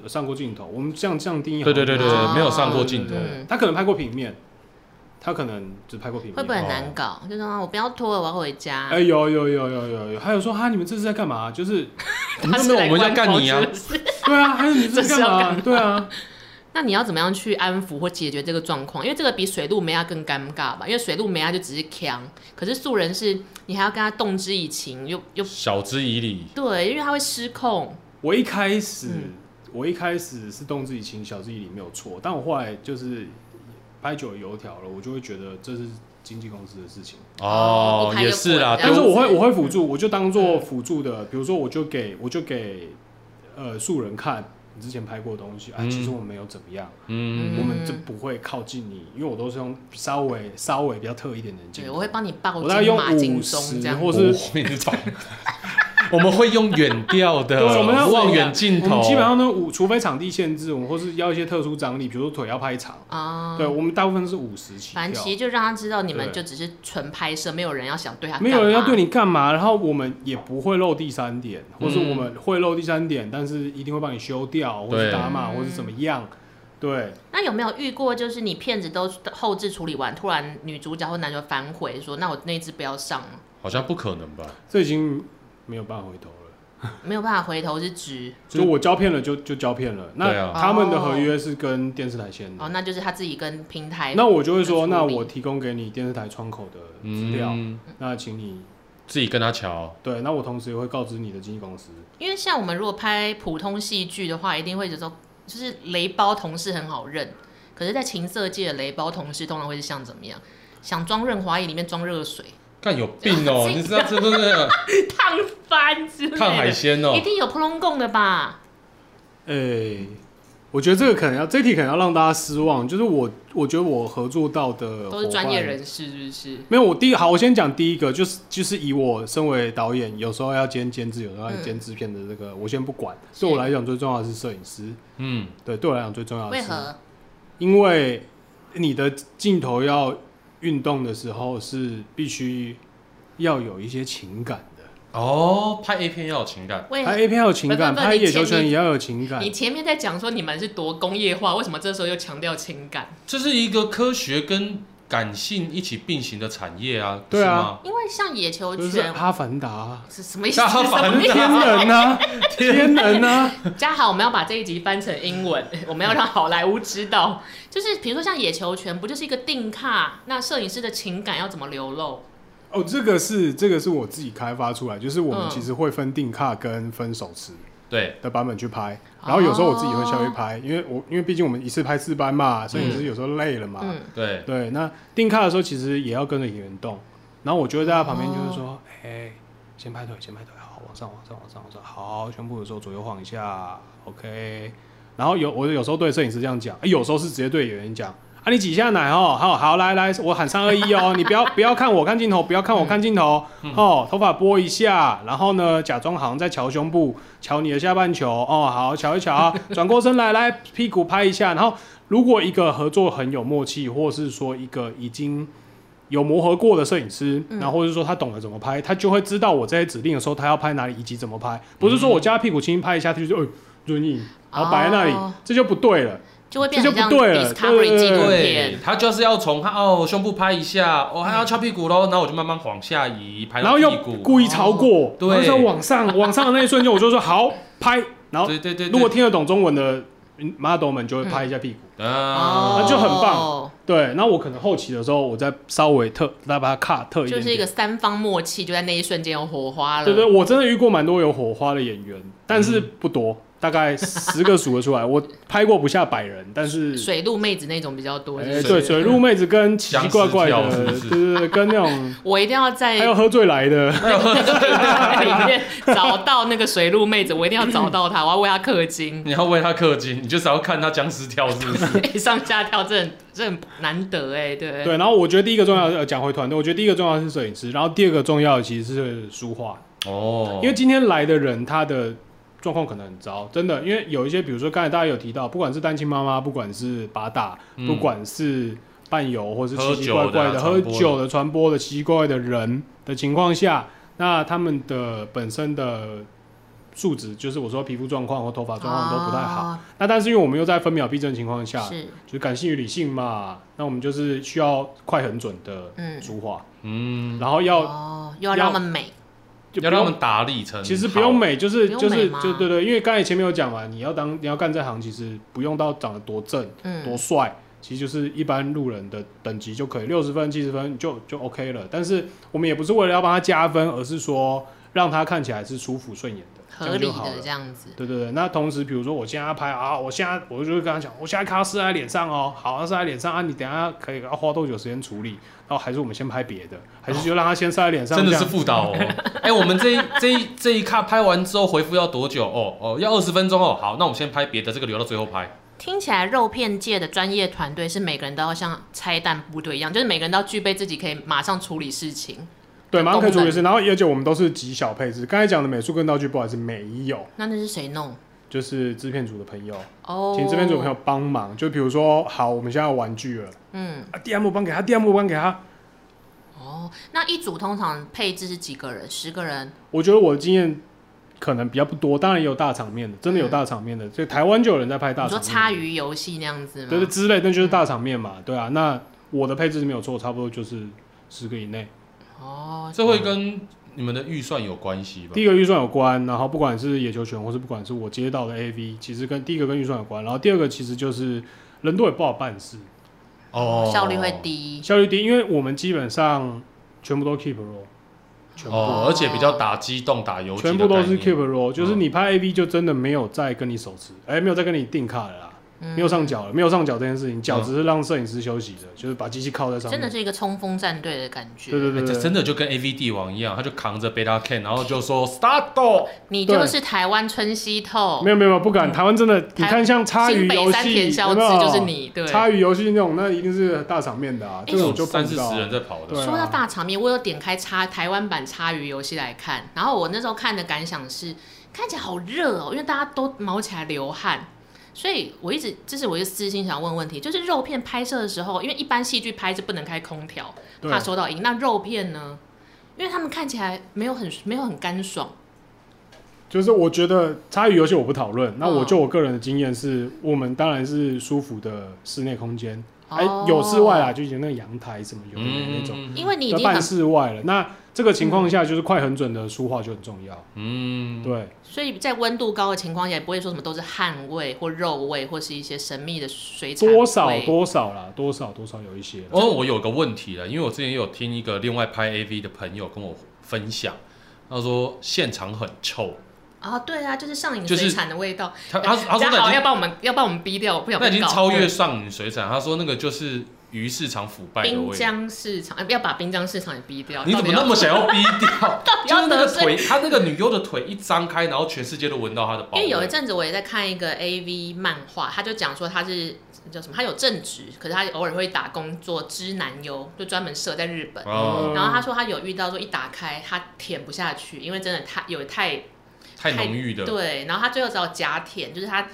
Speaker 4: 呃上过镜头。我们这样这样定义好
Speaker 3: 对
Speaker 4: 像，
Speaker 3: 对对对，
Speaker 2: 哦
Speaker 3: 对没有上过镜头
Speaker 4: 对。对对
Speaker 2: 嗯
Speaker 4: 他可能拍过平面，他可能只拍过平
Speaker 2: 子
Speaker 4: 面。
Speaker 2: 会不会很难搞？就说啊我不要拖了，我要回家
Speaker 4: 哎、。有有有有有有，还有说啊哈，你们这是在干嘛？就是
Speaker 3: 我们就没有，我们要干你啊！
Speaker 4: 对啊，还有你 这是
Speaker 2: 这
Speaker 4: 干嘛？
Speaker 2: 是要干
Speaker 4: 对啊，
Speaker 2: 那你要怎么样去安抚或解决这个状况？因为这个比水路梅亚更尴尬吧？因为水路梅亚就只是强，可是素人是你还要跟他动之以情，又又
Speaker 3: 晓之以理，
Speaker 2: 对，因为他会失控。
Speaker 4: 我一开始、
Speaker 2: 嗯
Speaker 4: 我一开始是动之以情，晓之以理没有错，但我后来就是拍久了油条了，我就会觉得这是经纪公司的事情。
Speaker 2: 哦
Speaker 3: 哦
Speaker 2: 不，拍就
Speaker 3: 也是啦，
Speaker 2: 滚这
Speaker 4: 但
Speaker 2: 样
Speaker 4: 是
Speaker 3: 对，
Speaker 4: 我会我会辅助，我就当
Speaker 2: 嗯
Speaker 4: 做辅助的，比如说我就给我就给呃素人看你之前拍过的东西，啊，
Speaker 3: 嗯
Speaker 4: 其实我们没有怎么样，
Speaker 3: 嗯，
Speaker 4: 我们就不会靠近你，因为我都是用稍微稍微比较特一点的镜
Speaker 2: 对，
Speaker 4: 头，
Speaker 2: 我会帮你报
Speaker 4: 我大概
Speaker 2: 警
Speaker 4: 用
Speaker 2: 马金
Speaker 4: 五
Speaker 2: 钟
Speaker 4: 十
Speaker 2: 这样。
Speaker 4: 或是。
Speaker 3: 不会吧 我们会用远调的
Speaker 4: 对，我们要
Speaker 3: 望远镜
Speaker 4: 我
Speaker 3: 头
Speaker 4: 们，基本上呢五，除非场地限制，我们或是要一些特殊张力，比如说腿要拍长，
Speaker 2: 啊，
Speaker 4: 对我们大部分是五十起
Speaker 2: 反正其实
Speaker 4: 跳，
Speaker 2: 就让他知道你们
Speaker 4: 对
Speaker 2: 就只是纯拍摄，没有人要想对他干嘛，
Speaker 4: 没有人要对你干嘛，然后我们也不会漏第三点，或是我们会漏第三点，但是一定会帮你修掉，或是
Speaker 3: 嗯对
Speaker 4: 打码，或是怎
Speaker 2: 嗯
Speaker 4: 么样，对，
Speaker 2: 那有没有遇过，就是你片子都后置处理完，突然女主角或男主角反悔说：“那我那一支不要上了，
Speaker 3: 好像不可能吧？
Speaker 4: 这已经没有办法回头了。
Speaker 2: 没有办法回头是直。
Speaker 4: 就我胶片了，就就胶片了。
Speaker 3: 对啊
Speaker 4: 那他们的合约是跟电视台签”
Speaker 2: 哦，
Speaker 4: 的，
Speaker 2: 那就是他自己跟平台。
Speaker 4: 那我就会说，
Speaker 2: 那
Speaker 4: 那
Speaker 2: 处理
Speaker 4: 我提供给你电视台窗口的资料，
Speaker 3: 嗯，
Speaker 4: 那请你
Speaker 3: 自己跟他瞧。
Speaker 4: 对，那我同时也会告知你的经纪公司。
Speaker 2: 因为像我们如果拍普通戏剧的话，一定会觉得说，就是雷包同事很好认，可是，在情色界的雷包同事通常会是像怎么样？想装润滑液里面装热水，
Speaker 3: 干有病 哦！你知道这都是
Speaker 2: 烫翻之类的，
Speaker 3: 看海鲜哦
Speaker 2: 一，定有扑龙贡的吧？
Speaker 4: 哎、我觉得这个可能要，这题可能要让大家失望。就是我，我觉得我合作到的
Speaker 2: 都是专业
Speaker 4: 伙伴。
Speaker 2: 人士，是不是？
Speaker 4: 没有，我第一好，我先讲第一个，就是就是以我身为导演，有时候要兼监制，有时候要兼制片的这个，我先不管。
Speaker 2: 是
Speaker 4: 对我来讲，最重要的是摄影师。
Speaker 3: 嗯，
Speaker 4: 对，对我来讲最重要的
Speaker 2: 为
Speaker 4: 是，
Speaker 2: 何？
Speaker 4: 因为你的镜头要运动的时候，是必须要有一些情感的。
Speaker 3: 哦，拍 A 片要有情感，
Speaker 2: 为何
Speaker 4: 拍 A 片要有情感，
Speaker 2: 不不不
Speaker 4: 拍
Speaker 2: 你
Speaker 4: 野球
Speaker 2: 前
Speaker 4: 拳
Speaker 2: 你
Speaker 4: 也要有情感
Speaker 2: 你。前面在讲说你们是多工业化，为什么这时候又强调情感？
Speaker 3: 这是一个科学跟感性一起并行的产业啊，
Speaker 4: 对啊
Speaker 3: 是吗？
Speaker 2: 因为像野球
Speaker 4: 就是
Speaker 2: 拳
Speaker 4: 阿凡达 啊、
Speaker 2: 是什么 意思？
Speaker 3: 大家
Speaker 2: 什么
Speaker 3: 反
Speaker 2: 意
Speaker 4: 天
Speaker 2: 思
Speaker 3: 正
Speaker 4: 人呐、 天人啊呐、
Speaker 2: 嘉豪，我们要把这一集翻成英文， 我们要让好莱坞知道，就是比如说像野球拳，不就是一个定卡？那摄影师的情感要怎么流露？
Speaker 4: 哦，这个是这个是我自己开发出来，就是我
Speaker 2: 嗯
Speaker 4: 们其实会分定卡跟分手持
Speaker 3: 对，
Speaker 4: 的版本去拍，
Speaker 2: 哦
Speaker 4: 然后有时候我自己会下去拍，因为我因为毕竟我们一次拍四班嘛，所以你是有时候累了嘛。
Speaker 2: 嗯，
Speaker 3: 对，
Speaker 4: 对，那定卡的时候其实也要跟着演员动，然后我就会在他旁边就是说，哎、先拍腿，先拍腿，好，往上，往上，往上，往上，好，全部的时候左右晃一下，OK。然后有我有时候对摄影师这样讲，哎有时候是直接对演员讲，啊，你挤一下奶哦，好好来来，我喊三二一哦， 你不要不要看我看镜头，不要看我看镜头，哦，头发拨一下，然后呢，假装好像在瞧胸部，瞧你的下半球，哦，好，瞧一瞧啊，转过身来，来屁股拍一下，然后如果一个合作很有默契，或是说一个已经有磨合过的摄影师，然后或者说他懂得怎么拍，他就会知道我这些指令的时候，他要拍哪里以及怎么拍，不是说我叫他屁股轻轻拍一下，他就说哦润印，然后摆在那里，
Speaker 2: 哦
Speaker 4: 这就不对了。
Speaker 2: 就会变成
Speaker 4: 这就
Speaker 2: 像
Speaker 4: 不对了
Speaker 2: Discovery
Speaker 4: 对
Speaker 2: 纪录
Speaker 3: 对
Speaker 2: 片，，
Speaker 3: 他就是要从他哦胸部拍一下，哦还要翘屁股喽，然后我就慢慢往下移，拍
Speaker 4: 然
Speaker 3: 到
Speaker 4: 后
Speaker 3: 屁
Speaker 4: 又
Speaker 3: 股。哦
Speaker 4: 故意超过，
Speaker 3: 对
Speaker 4: 然后再往上，往上的那一瞬间，我就说好拍。然后
Speaker 3: 对对对，对
Speaker 4: 如果听得懂中文的嗯 model 们就会拍一下屁股，
Speaker 3: 啊，
Speaker 2: 哦，
Speaker 4: 那就很棒对。然后我可能后期的时候，我再稍微特再把它卡特一点
Speaker 2: 就
Speaker 4: 点，
Speaker 2: 是一个三方默契，就在那一瞬间有火花了。嗯
Speaker 4: 对对，我真的遇过蛮多有火花的演员，但是不多，大概十个数 得出来。我拍过不下百人，但是
Speaker 2: 水路妹子那种比较多。
Speaker 4: 哎
Speaker 2: 是不
Speaker 4: 对
Speaker 2: 是
Speaker 4: 水路妹子跟奇奇怪怪
Speaker 3: 僵
Speaker 4: 的，
Speaker 3: 尸跳
Speaker 4: 对
Speaker 3: 是不是
Speaker 4: 对对，跟那种
Speaker 2: 我一定要在
Speaker 4: 还有喝醉来的，
Speaker 2: 里面找到那个水路妹子，我一定要找到她，我要为她氪 金。
Speaker 3: 你要为他氪金，你就只要看他僵尸跳是不是？
Speaker 2: 哎上下跳这很这很难得哎，对。
Speaker 4: 对。然后我觉得第一个重要的，呃讲回团队，我觉得第一个重要的是摄影师，然后第二个重要的其实是书画，
Speaker 3: 哦，
Speaker 4: 因为今天来的人他的状况可能很糟，真的，因为有一些，比如说刚才大家有提到，不管是单亲妈妈，不管是八大，
Speaker 3: 嗯
Speaker 4: 不管是伴游，或是
Speaker 3: 喝
Speaker 4: 奇奇
Speaker 3: 酒
Speaker 4: 怪
Speaker 3: 的
Speaker 4: 怪
Speaker 3: 啊
Speaker 4: 的、
Speaker 3: 传
Speaker 4: 喝
Speaker 3: 播的
Speaker 4: 酒的、传播的、奇奇怪怪的人的情况下，那他们的本身的素质，就是我说皮肤状况或头发状况啊都不太
Speaker 3: 哦
Speaker 4: 好。
Speaker 2: 啊
Speaker 4: 那但是因为我们又在分秒必争的情况下，
Speaker 2: 是
Speaker 4: 就是感性与理性嘛，那我们就是需要快很准的
Speaker 2: 嗯
Speaker 4: 说话，
Speaker 3: 嗯，
Speaker 4: 然后要
Speaker 2: 哦，又要让他们美，
Speaker 4: 就不
Speaker 3: 要
Speaker 4: 用
Speaker 3: 让他们打理成好，
Speaker 4: 其实不用美，就是
Speaker 2: 不用
Speaker 4: 就
Speaker 2: 美
Speaker 4: 是
Speaker 2: 吗
Speaker 4: 就对对，因为刚才前面有讲嘛，你要当你要干这行，其实不用到长得多正、多
Speaker 2: 嗯，
Speaker 4: 帅，其实就是一般路人的等级就可以，六十分、七十分就就 OK 了。但是我们也不是为了要帮他加分，而是说让他看起来是舒服顺眼的，这
Speaker 2: 合
Speaker 4: 样
Speaker 2: 理
Speaker 4: 就好了
Speaker 2: 的。这样子。
Speaker 4: 对对对，那同时，比如说我现在要拍啊，我现在我就会跟他讲，我现在看到是在脸上哦，好，是在脸上啊，你等一下可以要花多久时间处理？然后还是我们先拍别的，还是就让他先晒在脸上这
Speaker 3: 真
Speaker 4: 样，
Speaker 3: 的是副 导哦。哎、我们这一这一这一卡拍完之后回复要多久？哦哦，要二十分钟哦。好，那我们先拍别的，这个留到最后拍。
Speaker 2: 听起来肉片界的专业团队是每个人都要像拆弹部队一样，就是每个人都要具备自己可以马上处理事情。
Speaker 4: 对，马上可以处
Speaker 2: 功
Speaker 4: 理
Speaker 2: 能
Speaker 4: 是，然后而且我们都是极小配置。刚才讲的美术跟道具，不好意思，没有，
Speaker 2: 那那是谁弄？
Speaker 4: 就是制片组的朋友，
Speaker 2: 哦，
Speaker 4: 请制片组的朋友帮忙。就比如说，好，我们现在有玩具了，
Speaker 2: 嗯，
Speaker 4: 啊，第二幕帮给他，第二幕帮给他。
Speaker 2: 哦，那一组通常配置是几个人？十个人？
Speaker 4: 我觉得我的经验可能比较不多，当然也有大场面的，真的有
Speaker 2: 嗯
Speaker 4: 大场面的，所以台湾就有人在拍大
Speaker 2: 你
Speaker 4: 场
Speaker 2: 说嗯
Speaker 4: 面的，
Speaker 2: 插鱼游戏那样子吗？
Speaker 4: 对对之类，那就是大场面嘛，对啊。那我的配置是没有错，差不多就是十个以内。
Speaker 2: 哦，
Speaker 3: 这会跟你们的预算有关系吧
Speaker 4: 第？一个预算有关，然后不管是野球拳，或是不管是我接到的 AV，其实跟第一个跟预算有关，然后第二个其实就是人多也不好办事，
Speaker 3: 哦，
Speaker 2: 效率会。低。
Speaker 4: 效率低，因为我们基本上全部都 keep roll，全部、
Speaker 3: 哦，而且比较打机动、打游戏，
Speaker 4: 全部都是 keep。
Speaker 3: 嗯
Speaker 4: roll，就是你拍 AV 就真的没有再跟你手持，哎、没有再跟你定卡了啦，
Speaker 2: 嗯
Speaker 4: 没有上脚了，没有上脚这件事情，
Speaker 3: 嗯
Speaker 4: 脚只是让摄影师休息的，就是把机器靠在上
Speaker 2: 真
Speaker 4: 面
Speaker 2: 的，是一个冲锋战队的感觉。
Speaker 4: 对对
Speaker 3: 哎
Speaker 4: 对
Speaker 3: 这
Speaker 4: 对
Speaker 3: 真的就跟 A V 帝王一样，他就扛着 Beta Can，然后就说 Start，
Speaker 2: 你
Speaker 4: 对
Speaker 2: 就是台湾春熙透
Speaker 4: 没，有没有没有不敢，台湾真的，你看像插
Speaker 2: 嗯新
Speaker 4: 鱼
Speaker 2: 北
Speaker 4: 游
Speaker 2: 三
Speaker 4: 戏，
Speaker 2: 田
Speaker 4: 有
Speaker 2: 小
Speaker 4: 没
Speaker 2: 子
Speaker 4: 有？
Speaker 2: 就是你。对，
Speaker 4: 插鱼游戏那种，那一定是大场面的啊，
Speaker 2: 哎
Speaker 4: 这种就碰
Speaker 3: 三
Speaker 4: 不
Speaker 3: 四
Speaker 4: 到啊
Speaker 3: 十人在跑的，
Speaker 4: 对啊
Speaker 2: 说到大场面，我有点开插台湾版插鱼游戏来看，然后我那时候看的感想是，看起来好热哦，因为大家都毛起来流汗，所以我一直这是我一个私心想要问问题，就是肉片拍摄的时候，因为一般戏剧拍是不能开空调，
Speaker 4: 对
Speaker 2: 怕收到音，那肉片呢？因为他们看起来没有很没有很干爽，
Speaker 4: 就是我觉得插鱼游戏我不讨论，那
Speaker 2: 嗯
Speaker 4: 我就我个人的经验是，我们当然是舒服的室内空间，哎、
Speaker 2: 哦
Speaker 4: 有室外啦，就以前那个阳台什么有的没那种，
Speaker 3: 嗯
Speaker 2: 因为你已
Speaker 4: 那
Speaker 2: 经很
Speaker 4: 半，室外了。那这个情况下，就是快很准的书画就很重要，
Speaker 3: 嗯，
Speaker 4: 对，
Speaker 2: 所以在温度高的情况下，也不会说什么都是汗味或肉味，或是一些神秘的水产
Speaker 4: 多少
Speaker 2: 味
Speaker 4: 多少啦，多少多少有一些啦，
Speaker 3: 哦，我有个问题了，因为我之前有听一个另外拍 AV 的朋友跟我分享，他说现场很臭，
Speaker 2: 啊、对啊，就是上瘾
Speaker 3: 就是
Speaker 2: 水产的味道。
Speaker 3: 他他他说
Speaker 2: 大家
Speaker 3: 那
Speaker 2: 哎好，
Speaker 3: 已
Speaker 2: 要
Speaker 3: 经
Speaker 2: 把我们要把我们逼掉，我不想
Speaker 3: 那已
Speaker 2: 被
Speaker 3: 经
Speaker 2: 告。
Speaker 3: 超越上瘾水产，他说那个就是鱼市场腐败的
Speaker 2: 滨
Speaker 3: 味道。
Speaker 2: 江市场，哎不要把滨江市场也逼掉。
Speaker 3: 你怎么
Speaker 2: 到
Speaker 3: 那
Speaker 2: 底
Speaker 3: 么想要逼 掉？
Speaker 2: 底
Speaker 3: 就
Speaker 2: 要
Speaker 3: 是那个
Speaker 2: 得罪
Speaker 3: 腿，他那个女优的腿一张开，然后全世界都闻到她的包
Speaker 2: 要？
Speaker 3: 味。
Speaker 2: 因为有一阵子我也在看一个 A V 漫画，他就讲说他是叫什么，他有正职，可是他偶尔会打工做知男优，就专门设在日本。
Speaker 3: 哦，
Speaker 2: 然后他说他有遇到说一打开他舔不下去，因为真的太有太
Speaker 3: 太浓郁的，
Speaker 2: 对，然后他最后只好假舔，就是他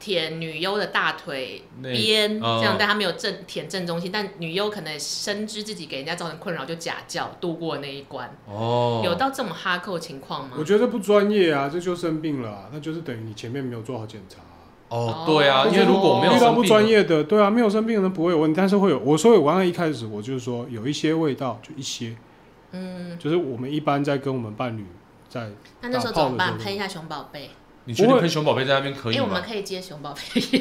Speaker 2: 舔女优的大腿
Speaker 3: 那
Speaker 2: 边，
Speaker 3: 哦
Speaker 2: 这样，但他没有正舔正中心，但女优可能深知自己给人家造成困扰，就假叫度过那一关。
Speaker 3: 哦，
Speaker 2: 有到这么哈扣情况吗
Speaker 4: 我？觉得不专业啊，这就生病了、啊，那就是等于你前面没有做好检查啊、
Speaker 3: 哦，对啊，
Speaker 2: 哦
Speaker 3: 因为如果没有
Speaker 4: 遇到不
Speaker 3: 生
Speaker 4: 专
Speaker 3: 病，
Speaker 4: 业的，对啊，没有生病的人不会有问题，但是会有。我所以我刚刚一开始我就是说，有一些味道，就一些，
Speaker 2: 嗯，
Speaker 4: 就是我们一般在跟我们伴侣在
Speaker 2: 那那时候
Speaker 4: 打炮
Speaker 2: 怎么办？
Speaker 4: 的时候
Speaker 2: 喷一下熊宝贝？
Speaker 3: 你确定
Speaker 4: 不会
Speaker 3: 喷熊宝贝在那边可
Speaker 2: 因
Speaker 3: 以
Speaker 2: 为我们
Speaker 3: 吗？
Speaker 2: 可以接熊宝贝，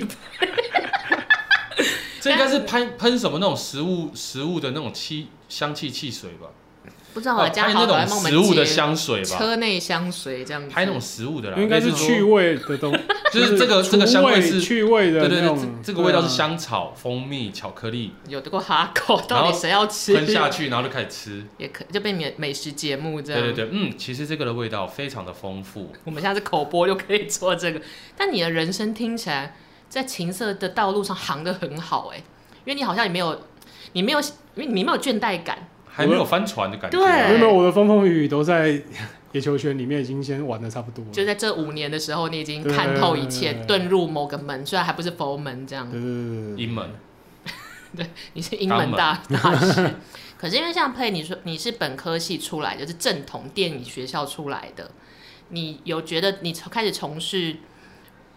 Speaker 3: 这应该是喷喷什么那种食物食物的那种气香气汽水吧？哦
Speaker 2: 不知道我的家
Speaker 3: 拍
Speaker 2: 好
Speaker 3: 那
Speaker 2: 友来
Speaker 3: 种
Speaker 2: 帮我
Speaker 3: 食
Speaker 2: 们
Speaker 3: 物的
Speaker 2: 接
Speaker 3: 香水吧？
Speaker 2: 车内香水这样子，
Speaker 3: 拍那种食物的啦，
Speaker 4: 应该
Speaker 3: 啊
Speaker 4: 是
Speaker 3: 类似说
Speaker 4: 趣，味的东，
Speaker 3: 就是这个这个香
Speaker 4: 除
Speaker 3: 味
Speaker 4: 味
Speaker 3: 是，
Speaker 4: 趣味
Speaker 3: 对
Speaker 4: 的
Speaker 3: 对
Speaker 4: 那
Speaker 3: 对，
Speaker 4: 种
Speaker 3: 这，这个味道是
Speaker 4: 对啊。
Speaker 3: 香草、蜂蜜、巧克力
Speaker 2: 有过哈扣，到底谁要吃？
Speaker 3: 喷下去，然后就开始吃。
Speaker 2: 也可就变美美食节目这
Speaker 3: 对
Speaker 2: 样。
Speaker 3: 对对，嗯，其实这个的味道非常的丰富，
Speaker 2: 我们下次口播就可以做这个。但你的人生听起来在情色的道路上行得很好哎、因为你好像也没有，你没有，因为你没有倦怠感。
Speaker 3: 还没有翻船的感觉。
Speaker 2: 对
Speaker 4: 没有没有，我的风风雨雨都在野球圈里面已经先玩的差不多了。
Speaker 2: 就在这五年的时候，你已经看透一切，
Speaker 4: 对
Speaker 2: 遁入某个门，虽然还不是佛门这样
Speaker 4: 对，对对对对，
Speaker 3: 英文
Speaker 2: 你是英文大大师。可是因为像佩，你说你是本科系出来的，就是正统电影学校出来的，你有觉得你从开始从事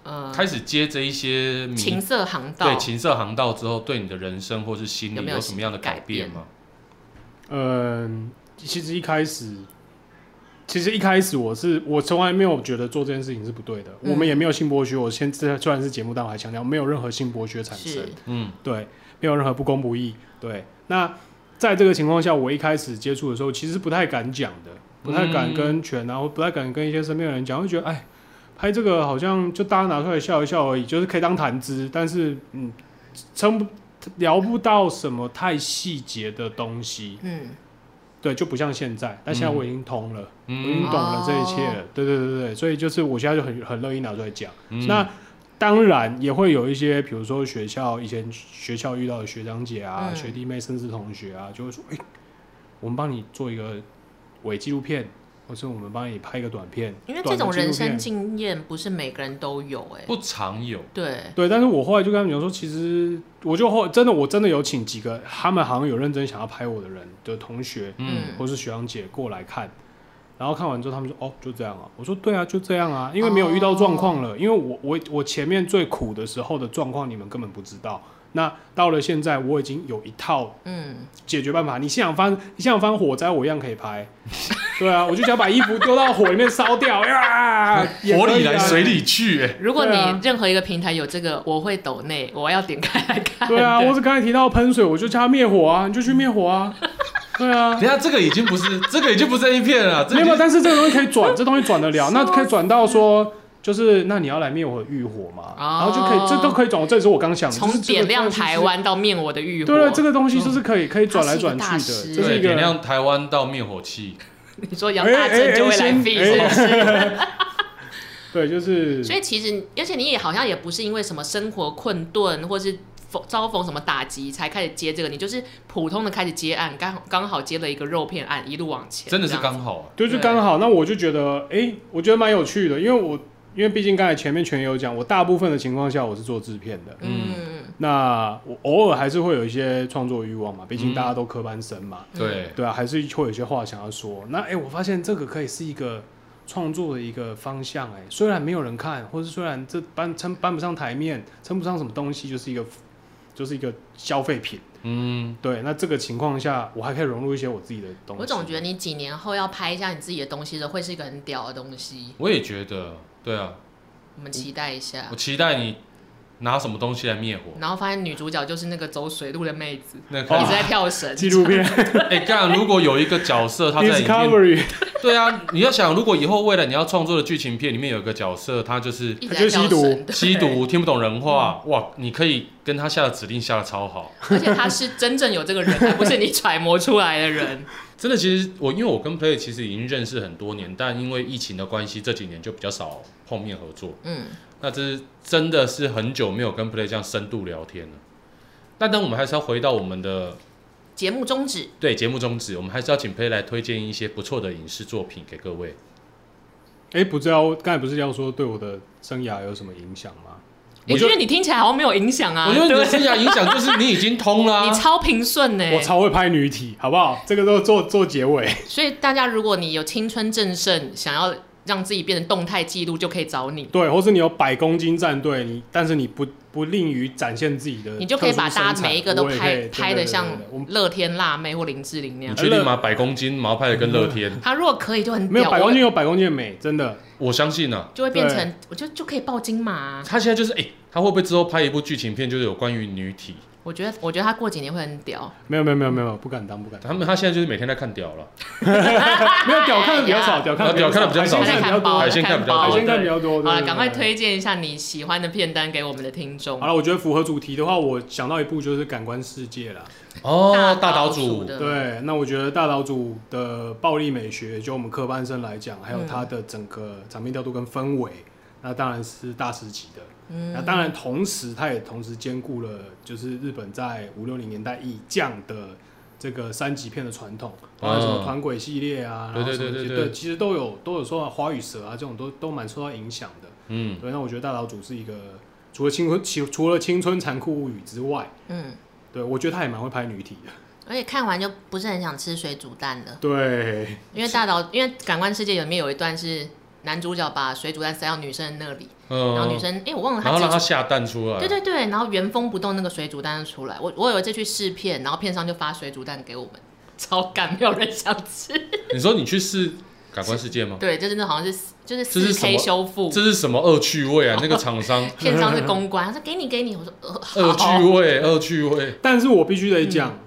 Speaker 2: 呃
Speaker 3: 开始接这一些迷
Speaker 2: 情色航
Speaker 3: 对
Speaker 2: 道？
Speaker 3: 情色航道之后，对你的人生或是心
Speaker 2: 有
Speaker 3: 理
Speaker 2: 没有
Speaker 3: 有什么样的改变吗？
Speaker 4: 嗯，其实一开始，其实一开始我是我从来没有觉得做这件事情是不对的，
Speaker 2: 嗯
Speaker 4: 我们也没有性剥削。我先虽然是节目，但我还强调没有任何性剥削产生
Speaker 2: 是，，
Speaker 3: 嗯，
Speaker 4: 对，没有任何不公不义。对，那在这个情况下，我一开始接触的时候，其实不太敢讲的，不太敢
Speaker 3: 嗯
Speaker 4: 跟全，然后不太敢跟一些身边的人讲，会觉得哎，拍这个好像就大家拿出来笑一笑而已，就是可以当谈资，但是嗯，撑不聊不到什么太细节的东西。
Speaker 2: 嗯。
Speaker 4: 对，就不像现在，但现在我已经通了，我已经
Speaker 3: 嗯
Speaker 4: 懂了这一切了。对对对对，所以就是我现在就很很乐意拿出来讲。
Speaker 3: 嗯
Speaker 4: 那当然也会有一些，比如说学校以前学校遇到的学长姐啊、
Speaker 2: 嗯
Speaker 4: 学弟妹，甚至同学啊，就会说：“哎、我们帮你做一个伪纪录片，或是我们帮你拍一个短片。”
Speaker 2: 因为这种
Speaker 4: 啊短的纪录
Speaker 2: 人生
Speaker 4: 片
Speaker 2: 经验不是每个人都有哎、
Speaker 3: 不常有，
Speaker 2: 对，
Speaker 4: 对，但是我后来就跟他们讲说，其实我就后真的我真的有请几个他们好像有认真想要拍我的人的同学，
Speaker 3: 嗯，
Speaker 2: 嗯
Speaker 4: 或是学长姐过来看，然后看完之后他们说哦就这样啊，我说对啊就这样啊，因为没有遇到状况了，因为我我我前面最苦的时候的状况你们根本不知道，那到了现在我已经有一套
Speaker 2: 嗯，
Speaker 4: 解决办法，你现场翻你现场翻火灾我一样可以拍，对啊，我就只要把衣服丢到火里面烧掉呀，也
Speaker 3: 火
Speaker 4: 可
Speaker 3: 里
Speaker 4: 以啊
Speaker 3: 来水里去、哎，
Speaker 2: 如果你
Speaker 4: 对啊
Speaker 2: 任何一个平台有这个，我会抖内，我要点开来看。
Speaker 4: 对啊，我只刚才提到喷水，我就叫他灭火啊，你就去灭火啊。对啊
Speaker 3: 等，一下这个已经不是这个已经不是 A 片了，这
Speaker 4: 没
Speaker 3: 已
Speaker 4: 有，没有
Speaker 3: 经
Speaker 4: 但是这个东西可以 转，这东西转得
Speaker 2: 啊
Speaker 4: 了，那可以转到说，就是那你要来灭火浴火嘛，然后就可以，这都可以转。这也是我刚想的，
Speaker 2: 哦从
Speaker 4: 就是这个
Speaker 2: 点亮
Speaker 4: 东西
Speaker 2: 台湾到灭我的欲
Speaker 4: 是。
Speaker 2: 火，
Speaker 4: 对啊了，这个东西就是可以可以转
Speaker 2: 他
Speaker 4: 来
Speaker 2: 是一个
Speaker 4: 转去
Speaker 2: 大师
Speaker 4: 的，这是
Speaker 3: 对
Speaker 4: 一个
Speaker 3: 点亮台湾到灭火器，
Speaker 2: 你说杨大成就会来
Speaker 4: 哎哎哎
Speaker 2: f 是不是？
Speaker 4: 对，就是
Speaker 2: 所以其实，而且你也好像也不是因为什么生活困顿，或是逢遭逢什么打击才开始接这个，你就是普通的开始接案，刚刚好接了一个肉片案，一路往前，
Speaker 3: 真的是
Speaker 2: 这样
Speaker 3: 刚好啊，
Speaker 4: 对，就刚好。那我就觉得，哎、我觉得蛮有趣的，因为我因为毕竟刚才前面全有讲，我大部分的情况下我是做制片的，
Speaker 2: 嗯，
Speaker 4: 那我偶尔还是会有一些创作欲望嘛，毕竟大家都科班生嘛。
Speaker 3: 对，
Speaker 4: 对啊，还是会有一些话想要说。那哎、诶我发现这个可以是一个创作的一个方向、诶哎，虽然没有人看，或是虽然这搬撑搬不上台面，撑不上什么东西，就是一个就是一个消费品。
Speaker 3: 嗯，
Speaker 4: 对，那这个情况下，我还可以融入一些我自己的东西。
Speaker 2: 我总觉得你几年后要拍一下你自己的东西的，会是一个很屌的东西，
Speaker 3: 我也觉得，对啊，
Speaker 2: 我们期待一下
Speaker 3: 我。期待你拿什么东西来灭火，
Speaker 2: 然后发现女主角就是那个走水路的妹子，
Speaker 3: 那个
Speaker 2: 一直在跳绳。
Speaker 4: 纪录 片
Speaker 3: 哎干，如果有一个角色他在里面
Speaker 4: Discovery，
Speaker 3: 对啊，你要想，如果以后未来你要创作的剧情片里面有一个角色，他就是
Speaker 2: 一直在跳绳，对
Speaker 3: 吸，毒、听不懂人话，哇，你可以跟他下的指令下的超好。
Speaker 2: 而且她是真正有这个人，还不是你揣摩出来的人。
Speaker 3: 真的，其实我因为我跟 Play 其实已经认识很多年，但因为疫情的关系，这几年就比较少碰面合作。
Speaker 2: 嗯，
Speaker 3: 那这是真的是很久没有跟 Play 这样深度聊天了。但但我们还是要回到我们的
Speaker 2: 节目宗旨，
Speaker 3: 对节目宗旨，我们还是要请 Play 来推荐一些不错的影视作品给各位。
Speaker 4: 哎、不知道刚才不是要说对我的生涯有什么影响吗？
Speaker 3: 我
Speaker 2: 因
Speaker 3: 觉得
Speaker 2: 为你听起来好像没有影响啊，
Speaker 3: 我觉得你
Speaker 2: 对
Speaker 3: 的
Speaker 2: 不对
Speaker 3: 生涯影响就是你已经通啊啦、
Speaker 2: 你超平顺呢、
Speaker 4: 啊我超会拍女体，好不好？这个都做做结尾。
Speaker 2: 所以大家如果你有青春正盛，想要让自己变成动态记录，就可以找你，
Speaker 4: 对，或是你有百公斤战队，你但是你不不吝于展现自己的特殊身材，
Speaker 2: 你就可以把大家每一个都
Speaker 4: 我也可以
Speaker 2: 拍
Speaker 4: 对
Speaker 2: 拍
Speaker 4: 对
Speaker 2: 的
Speaker 4: 对
Speaker 2: 像
Speaker 4: 对对我们
Speaker 2: 乐天辣妹或林志玲那
Speaker 3: 你
Speaker 2: 样。
Speaker 3: 确定吗？百公斤毛派的跟乐天，
Speaker 2: 他如果可以就很
Speaker 4: 嗯没有
Speaker 2: 屌，
Speaker 4: 百公斤
Speaker 2: 我
Speaker 4: 有百公斤的美，真的。
Speaker 3: 我相信啊，
Speaker 2: 就会变
Speaker 4: 对
Speaker 2: 成，我就就可以报金马、啊。
Speaker 3: 他现在就是哎、他会不会之后拍一部剧情片，就是有关于女体？
Speaker 2: 我觉得，我觉得他过几年会很屌。
Speaker 4: 没有没有没有没有，不敢当不敢当，
Speaker 3: 他们他现在就是每天在看屌了，啊
Speaker 4: 没有屌看的比较
Speaker 2: 哎
Speaker 4: 少，
Speaker 2: 呀
Speaker 4: 屌看
Speaker 3: 屌看得比较少
Speaker 4: 海鲜看得比较多，
Speaker 3: 海
Speaker 2: 海
Speaker 3: 鲜
Speaker 2: 鲜
Speaker 3: 看
Speaker 2: 看
Speaker 3: 比较多
Speaker 2: 比较多，对
Speaker 4: 海鲜看比较多。对
Speaker 2: 好了，
Speaker 4: 对
Speaker 2: 赶快
Speaker 4: 对
Speaker 2: 推荐一下你喜欢的片单给我们的听众
Speaker 4: 好。了，我觉得符合主题的话，我想到一部就是《感官世界》啦。
Speaker 3: 哦，大
Speaker 2: 大
Speaker 3: 岛
Speaker 2: 岛
Speaker 3: 主
Speaker 2: 主，的
Speaker 4: 对，那我觉得大岛主的暴力美学，就我们科班生来讲，还有
Speaker 2: 嗯
Speaker 4: 它的整个场面调度跟氛围，那当然是大师级的。嗯，那当然，同时它也同时兼顾了，就是日本在五六零年代以降的这个三级片的传统，包括什么
Speaker 3: 嗯
Speaker 4: 团鬼系列啊，然后
Speaker 3: 对对
Speaker 4: 什
Speaker 3: 对对
Speaker 4: 么其实
Speaker 3: 对
Speaker 4: 对，其实都有都有受到花与蛇啊这种都都蛮受到影响的。
Speaker 3: 嗯，
Speaker 4: 对，那我觉得大岛主是一个除了青春其除了青春残酷物语之外，
Speaker 2: 嗯，
Speaker 4: 对我觉得他也蛮会拍女体 的。
Speaker 2: 而且看完就不是很想吃水煮蛋了，
Speaker 4: 对，
Speaker 2: 因为大岛，因为《感官世界》里面有一段是男主角把水煮蛋塞到女生那里，
Speaker 3: 嗯，
Speaker 2: 然后女生，哎、我忘了
Speaker 3: 然后让
Speaker 2: 她
Speaker 3: 他
Speaker 2: 自
Speaker 3: 下蛋出来，
Speaker 2: 己，对对对，然后原封不动那个水煮蛋就出来。我我有一次去试片，然后片商就发水煮蛋给我们， 超干，没有人想吃。
Speaker 3: 你说你去试感官世界吗？
Speaker 2: 对，这真的好像是就是
Speaker 3: 这是
Speaker 2: 四
Speaker 3: 什么
Speaker 2: K 修复，
Speaker 3: 这是什么恶趣味啊？那个厂商
Speaker 2: 片商是公关，他说给你给你，我说呃
Speaker 3: 恶
Speaker 2: 好
Speaker 3: 趣味，恶趣味，
Speaker 4: 但是我必须得讲，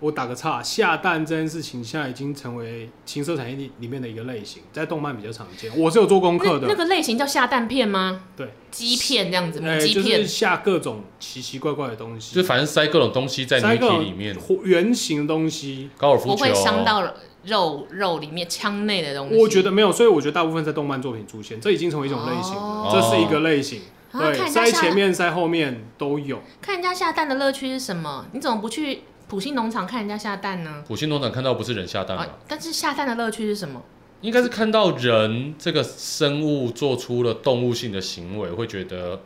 Speaker 4: 我打个岔，下蛋这件事情现在已经成为情色产业里里面的一个类型，在动漫比较常见。我是有做功课
Speaker 2: 那
Speaker 4: 的，
Speaker 2: 那个类型叫下蛋片吗？
Speaker 4: 对，
Speaker 2: 鸡片这样子，
Speaker 3: 哎
Speaker 2: 母
Speaker 4: 呃，
Speaker 2: 鸡
Speaker 4: 就是
Speaker 2: 片。
Speaker 4: 下各种奇奇怪怪的东
Speaker 3: 就
Speaker 4: 西，
Speaker 3: 反正塞各种东西在
Speaker 4: 塞
Speaker 3: 女
Speaker 4: 各
Speaker 3: 体
Speaker 4: 种
Speaker 3: 里面，
Speaker 4: 圆形的东西。
Speaker 3: 高尔夫
Speaker 2: 不
Speaker 3: 球
Speaker 2: 会伤到肉肉里面腔内的东西。
Speaker 4: 我觉得没有，所以我觉得大部分在动漫作品出现，这已经成为一种类型了，
Speaker 2: 哦
Speaker 4: 这是一个类型。
Speaker 2: 啊
Speaker 4: 对，
Speaker 2: 看人家
Speaker 4: 塞
Speaker 2: 下
Speaker 4: 前面塞后面都有。
Speaker 2: 看人家下蛋的乐趣是什么？你怎么不去普信农场看人家下蛋呢？哦
Speaker 3: 普信农场看到不是人下蛋吗？，
Speaker 2: 但是下蛋的乐趣是什么？
Speaker 3: 应该是看到人这个生物做出了动物性的行为，会觉得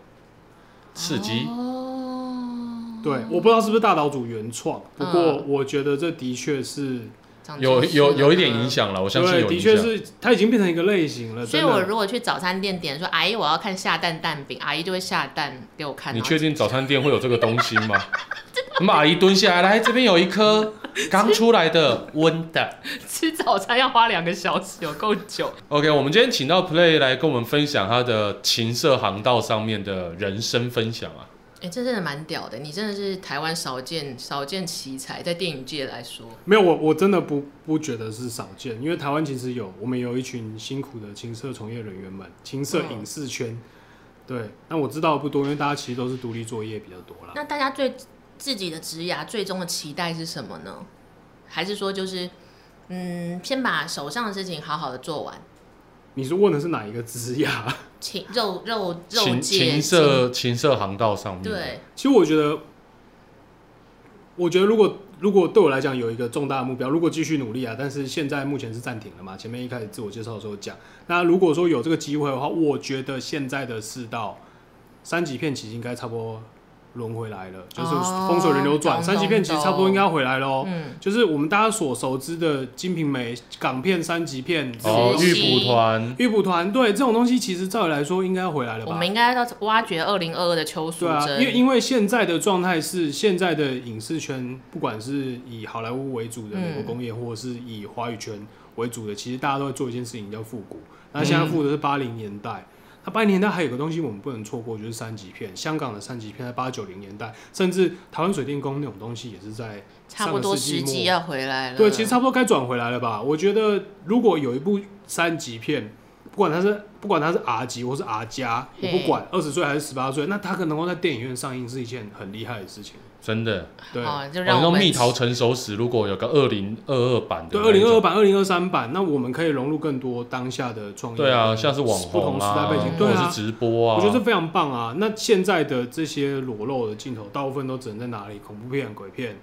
Speaker 3: 刺激。
Speaker 2: 哦，
Speaker 4: 对，我不知道是不是大岛主原创，不过
Speaker 2: 嗯
Speaker 4: 我觉得这的确是，
Speaker 2: 长知识
Speaker 3: 有有有一点
Speaker 2: 了
Speaker 3: 影。响了，我相信
Speaker 4: 对，
Speaker 3: 有
Speaker 4: 的
Speaker 3: 影
Speaker 4: 确
Speaker 3: 响。
Speaker 4: 是，它已经变成一个类型了。
Speaker 2: 所以
Speaker 4: 真的
Speaker 2: 我如果去早餐店点说阿姨我要看下蛋蛋饼，阿姨就会下蛋给我看。
Speaker 3: 你
Speaker 2: 然后
Speaker 3: 确定早餐店会有这个东西 吗？我们阿姨蹲下来，来这边有一颗刚出来的温的。
Speaker 2: 吃早餐要花两个小时，有够 久。
Speaker 3: OK，我们今天请到 Play 来跟我们分享他的情色航道上面的人生分享啊。
Speaker 2: 哎、这真的蛮屌的，你真的是台湾少见少见奇才，在电影界来说，
Speaker 4: 没有，我我真的不不觉得是少见，因为台湾其实有，我们有一群辛苦的情色从业人员们，情色
Speaker 2: 嗯
Speaker 4: 影视圈。对，那我知道的不多，因为大家其实都是独立作业比较多啦。
Speaker 2: 那大家对自己的职涯最终的期待是什么呢？还是说就是，嗯，先把手上的事情好好的做完，
Speaker 4: 你是问的是哪一个职涯？
Speaker 2: 情肉肉肉
Speaker 3: 情
Speaker 2: 界
Speaker 3: 情色情色航道上面，
Speaker 2: 情，对，
Speaker 4: 其实我觉得，我觉得如果如果对我来讲有一个重大的目标，如果继续努力啊，但是现在目前是暂停了嘛。前面一开始自我介绍的时候讲，那如果说有这个机会的话，我觉得现在的世道三级片其实应该差不多轮回来了，就是
Speaker 2: 哦
Speaker 4: 风水轮流转，
Speaker 2: 懂
Speaker 4: 三级片其实差不多应该要回来喽。
Speaker 2: 嗯，
Speaker 4: 就是我们大家所熟知的《金瓶梅》港片三级片，
Speaker 3: 哦，
Speaker 2: 实
Speaker 3: 玉
Speaker 2: 习
Speaker 3: 蒲团，
Speaker 4: 玉蒲团对这种东西，其实照理来说应该要回来了吧？
Speaker 2: 我们应该要挖掘二零二二的邱淑
Speaker 4: 对啊，因为
Speaker 2: 贞，
Speaker 4: 因为现在的状态是，现在的影视圈，不管是以好莱坞为主的美国
Speaker 2: 嗯
Speaker 4: 工业，或者是以华语圈为主的，其实大家都在做一件事情叫复古。那现在复古的是八零年代，那八零年代还有个东西我们不能错过，就是三级片。香港的三级片在八九零年代，甚至台湾水电工那种东西也是在
Speaker 2: 差不多时机要回来了。
Speaker 4: 对，其实差不多该转回来了吧？我觉得如果有一部三级片，不管它是不管它是 R 级或是 R 加，我
Speaker 2: 嘿
Speaker 4: 不管二十岁还是十八岁，那它可能够在电影院上映是一件很厉害的事情。
Speaker 3: 真的，
Speaker 4: 对，
Speaker 2: 哦，就
Speaker 3: 哦
Speaker 2: 让
Speaker 3: 你
Speaker 2: 我
Speaker 3: 说
Speaker 2: 们
Speaker 3: 蜜桃成熟时，如果有个二零二二版的
Speaker 4: 对，
Speaker 3: 那
Speaker 4: 二
Speaker 3: 种，
Speaker 4: 零二版、二零二三版，那我们可以融入更多当下的创意。
Speaker 3: 对啊，像是网
Speaker 4: 不同
Speaker 3: 红
Speaker 4: 时
Speaker 3: 啊，
Speaker 4: 代背景，
Speaker 3: 或
Speaker 4: 对
Speaker 3: 者
Speaker 4: 啊
Speaker 3: 是。直播啊，
Speaker 4: 我觉得这非常棒啊！那现在的这些裸露的镜头，大部分都只能在哪里？恐怖片、鬼片，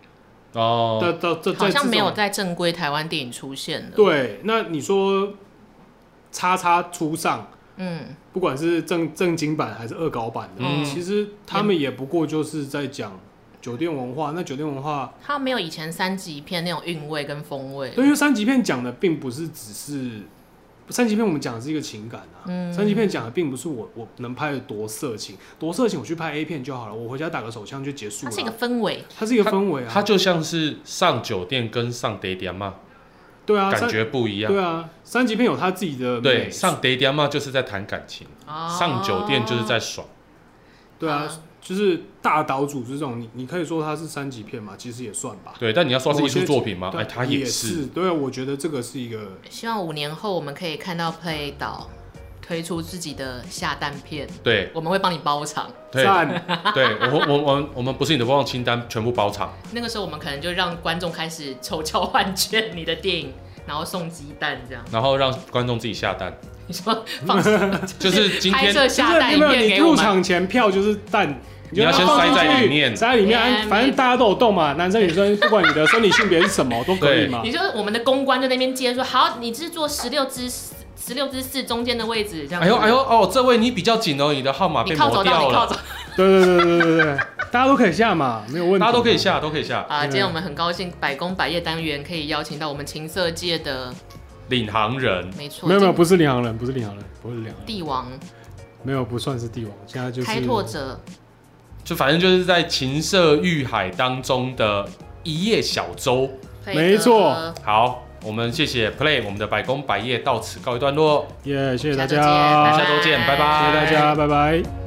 Speaker 3: 哦，
Speaker 4: 到到这
Speaker 2: 好
Speaker 4: 在这
Speaker 2: 像
Speaker 4: 种
Speaker 2: 没有在正规台湾电影出现的。
Speaker 4: 对，那你说叉叉初上，
Speaker 2: 嗯，
Speaker 4: 不管是正正经版还是恶搞版的，
Speaker 3: 嗯
Speaker 4: 其实他们也不过就是在讲酒店文化。那酒店文化，
Speaker 2: 它没有以前三级片那种韵味跟风味。
Speaker 4: 对，因为三级片讲的并不是只是三级片，我们讲的是一个情感啊。
Speaker 2: 嗯
Speaker 4: 三级片讲的并不是我我能拍的多色情，多色情我去拍 A 片就好了，我回家打个手枪就结束
Speaker 2: 它
Speaker 4: 了
Speaker 2: 是一
Speaker 4: 啊、
Speaker 2: 个氛围，
Speaker 4: 它是一个氛围
Speaker 3: 它
Speaker 4: 啊，
Speaker 3: 就像是上酒店跟上 day 点嘛，
Speaker 4: 对啊，
Speaker 3: 感
Speaker 4: 三
Speaker 3: 觉不一样。
Speaker 4: 对啊，三级片有它自己的
Speaker 3: 对，
Speaker 4: 美，
Speaker 3: 上 day 点嘛就是在谈感情，
Speaker 2: 哦
Speaker 3: 上酒店就是在爽。
Speaker 4: 对啊
Speaker 2: 啊，
Speaker 4: 就是大岛主这种，你你可以说它是三级片嘛，其实也算吧。
Speaker 3: 对，但你要说它是艺
Speaker 4: 哦某
Speaker 3: 术
Speaker 4: 些
Speaker 3: 作品吗？
Speaker 4: 对
Speaker 3: 哎，它
Speaker 4: 也
Speaker 3: 是。
Speaker 4: 对啊，我觉得这个是一个
Speaker 2: 希望五年后我们可以看到 Play 岛推出自己的下蛋片，
Speaker 3: 对
Speaker 2: 我们会帮你包场。
Speaker 3: 对
Speaker 4: 赞，
Speaker 3: 对，我我我们我们不是你的播放清单，全部包场。
Speaker 2: 那个时候我们可能就让观众开始抽交换券，你的电影，然后送鸡蛋这样。
Speaker 3: 然后让观众自己下单。
Speaker 2: 你说放
Speaker 3: 就是今
Speaker 2: 拍
Speaker 3: 天
Speaker 2: 摄下蛋
Speaker 4: 就是
Speaker 2: 影
Speaker 4: 没有
Speaker 2: 片
Speaker 4: 你
Speaker 2: 给我
Speaker 4: 入
Speaker 2: 们，
Speaker 4: 场前票就是蛋，
Speaker 3: 你要先
Speaker 4: 就让它
Speaker 3: 塞在
Speaker 4: 放进
Speaker 3: 里
Speaker 4: 去
Speaker 3: 面
Speaker 4: 塞在里面，
Speaker 2: 哎
Speaker 4: 按反正大家都有动嘛，男生 女生不管你的生理性别是什么都可以嘛
Speaker 2: 你。说我们的公关在那边接说，好，你是坐十六之十六之四中间的位置这样。
Speaker 3: 哎呦哎呦，哦，这位你比较紧哦，你的号码
Speaker 2: 你
Speaker 3: 被
Speaker 2: 靠
Speaker 3: 磨
Speaker 2: 走到
Speaker 3: 掉
Speaker 2: 你靠
Speaker 3: 了。
Speaker 2: 走
Speaker 4: 对对对对对对对，大家都可以下嘛，没有问题，
Speaker 3: 大家都可以。下，都可以下。
Speaker 4: 嗯
Speaker 2: 啊！今天我们很高兴百工百业单元可以邀请到我们情色界的，
Speaker 3: 领航人，
Speaker 2: 没错，
Speaker 4: 没有没有，
Speaker 2: 这个
Speaker 4: 不是领航人，不是领航人，不是领航人，
Speaker 2: 帝王
Speaker 4: 没有不算是帝王，现在就是
Speaker 2: 开拓者，
Speaker 3: 就反正就是在情色欲海当中的一叶小舟。
Speaker 2: 佩
Speaker 4: 没
Speaker 2: 德
Speaker 4: 错
Speaker 3: 好，我们谢谢 Play，我们的百工百业到此告一段落，
Speaker 4: 耶，谢谢大
Speaker 2: 下周
Speaker 4: 家
Speaker 2: 见，
Speaker 3: 下周见，拜拜，
Speaker 4: 谢谢大家，拜拜。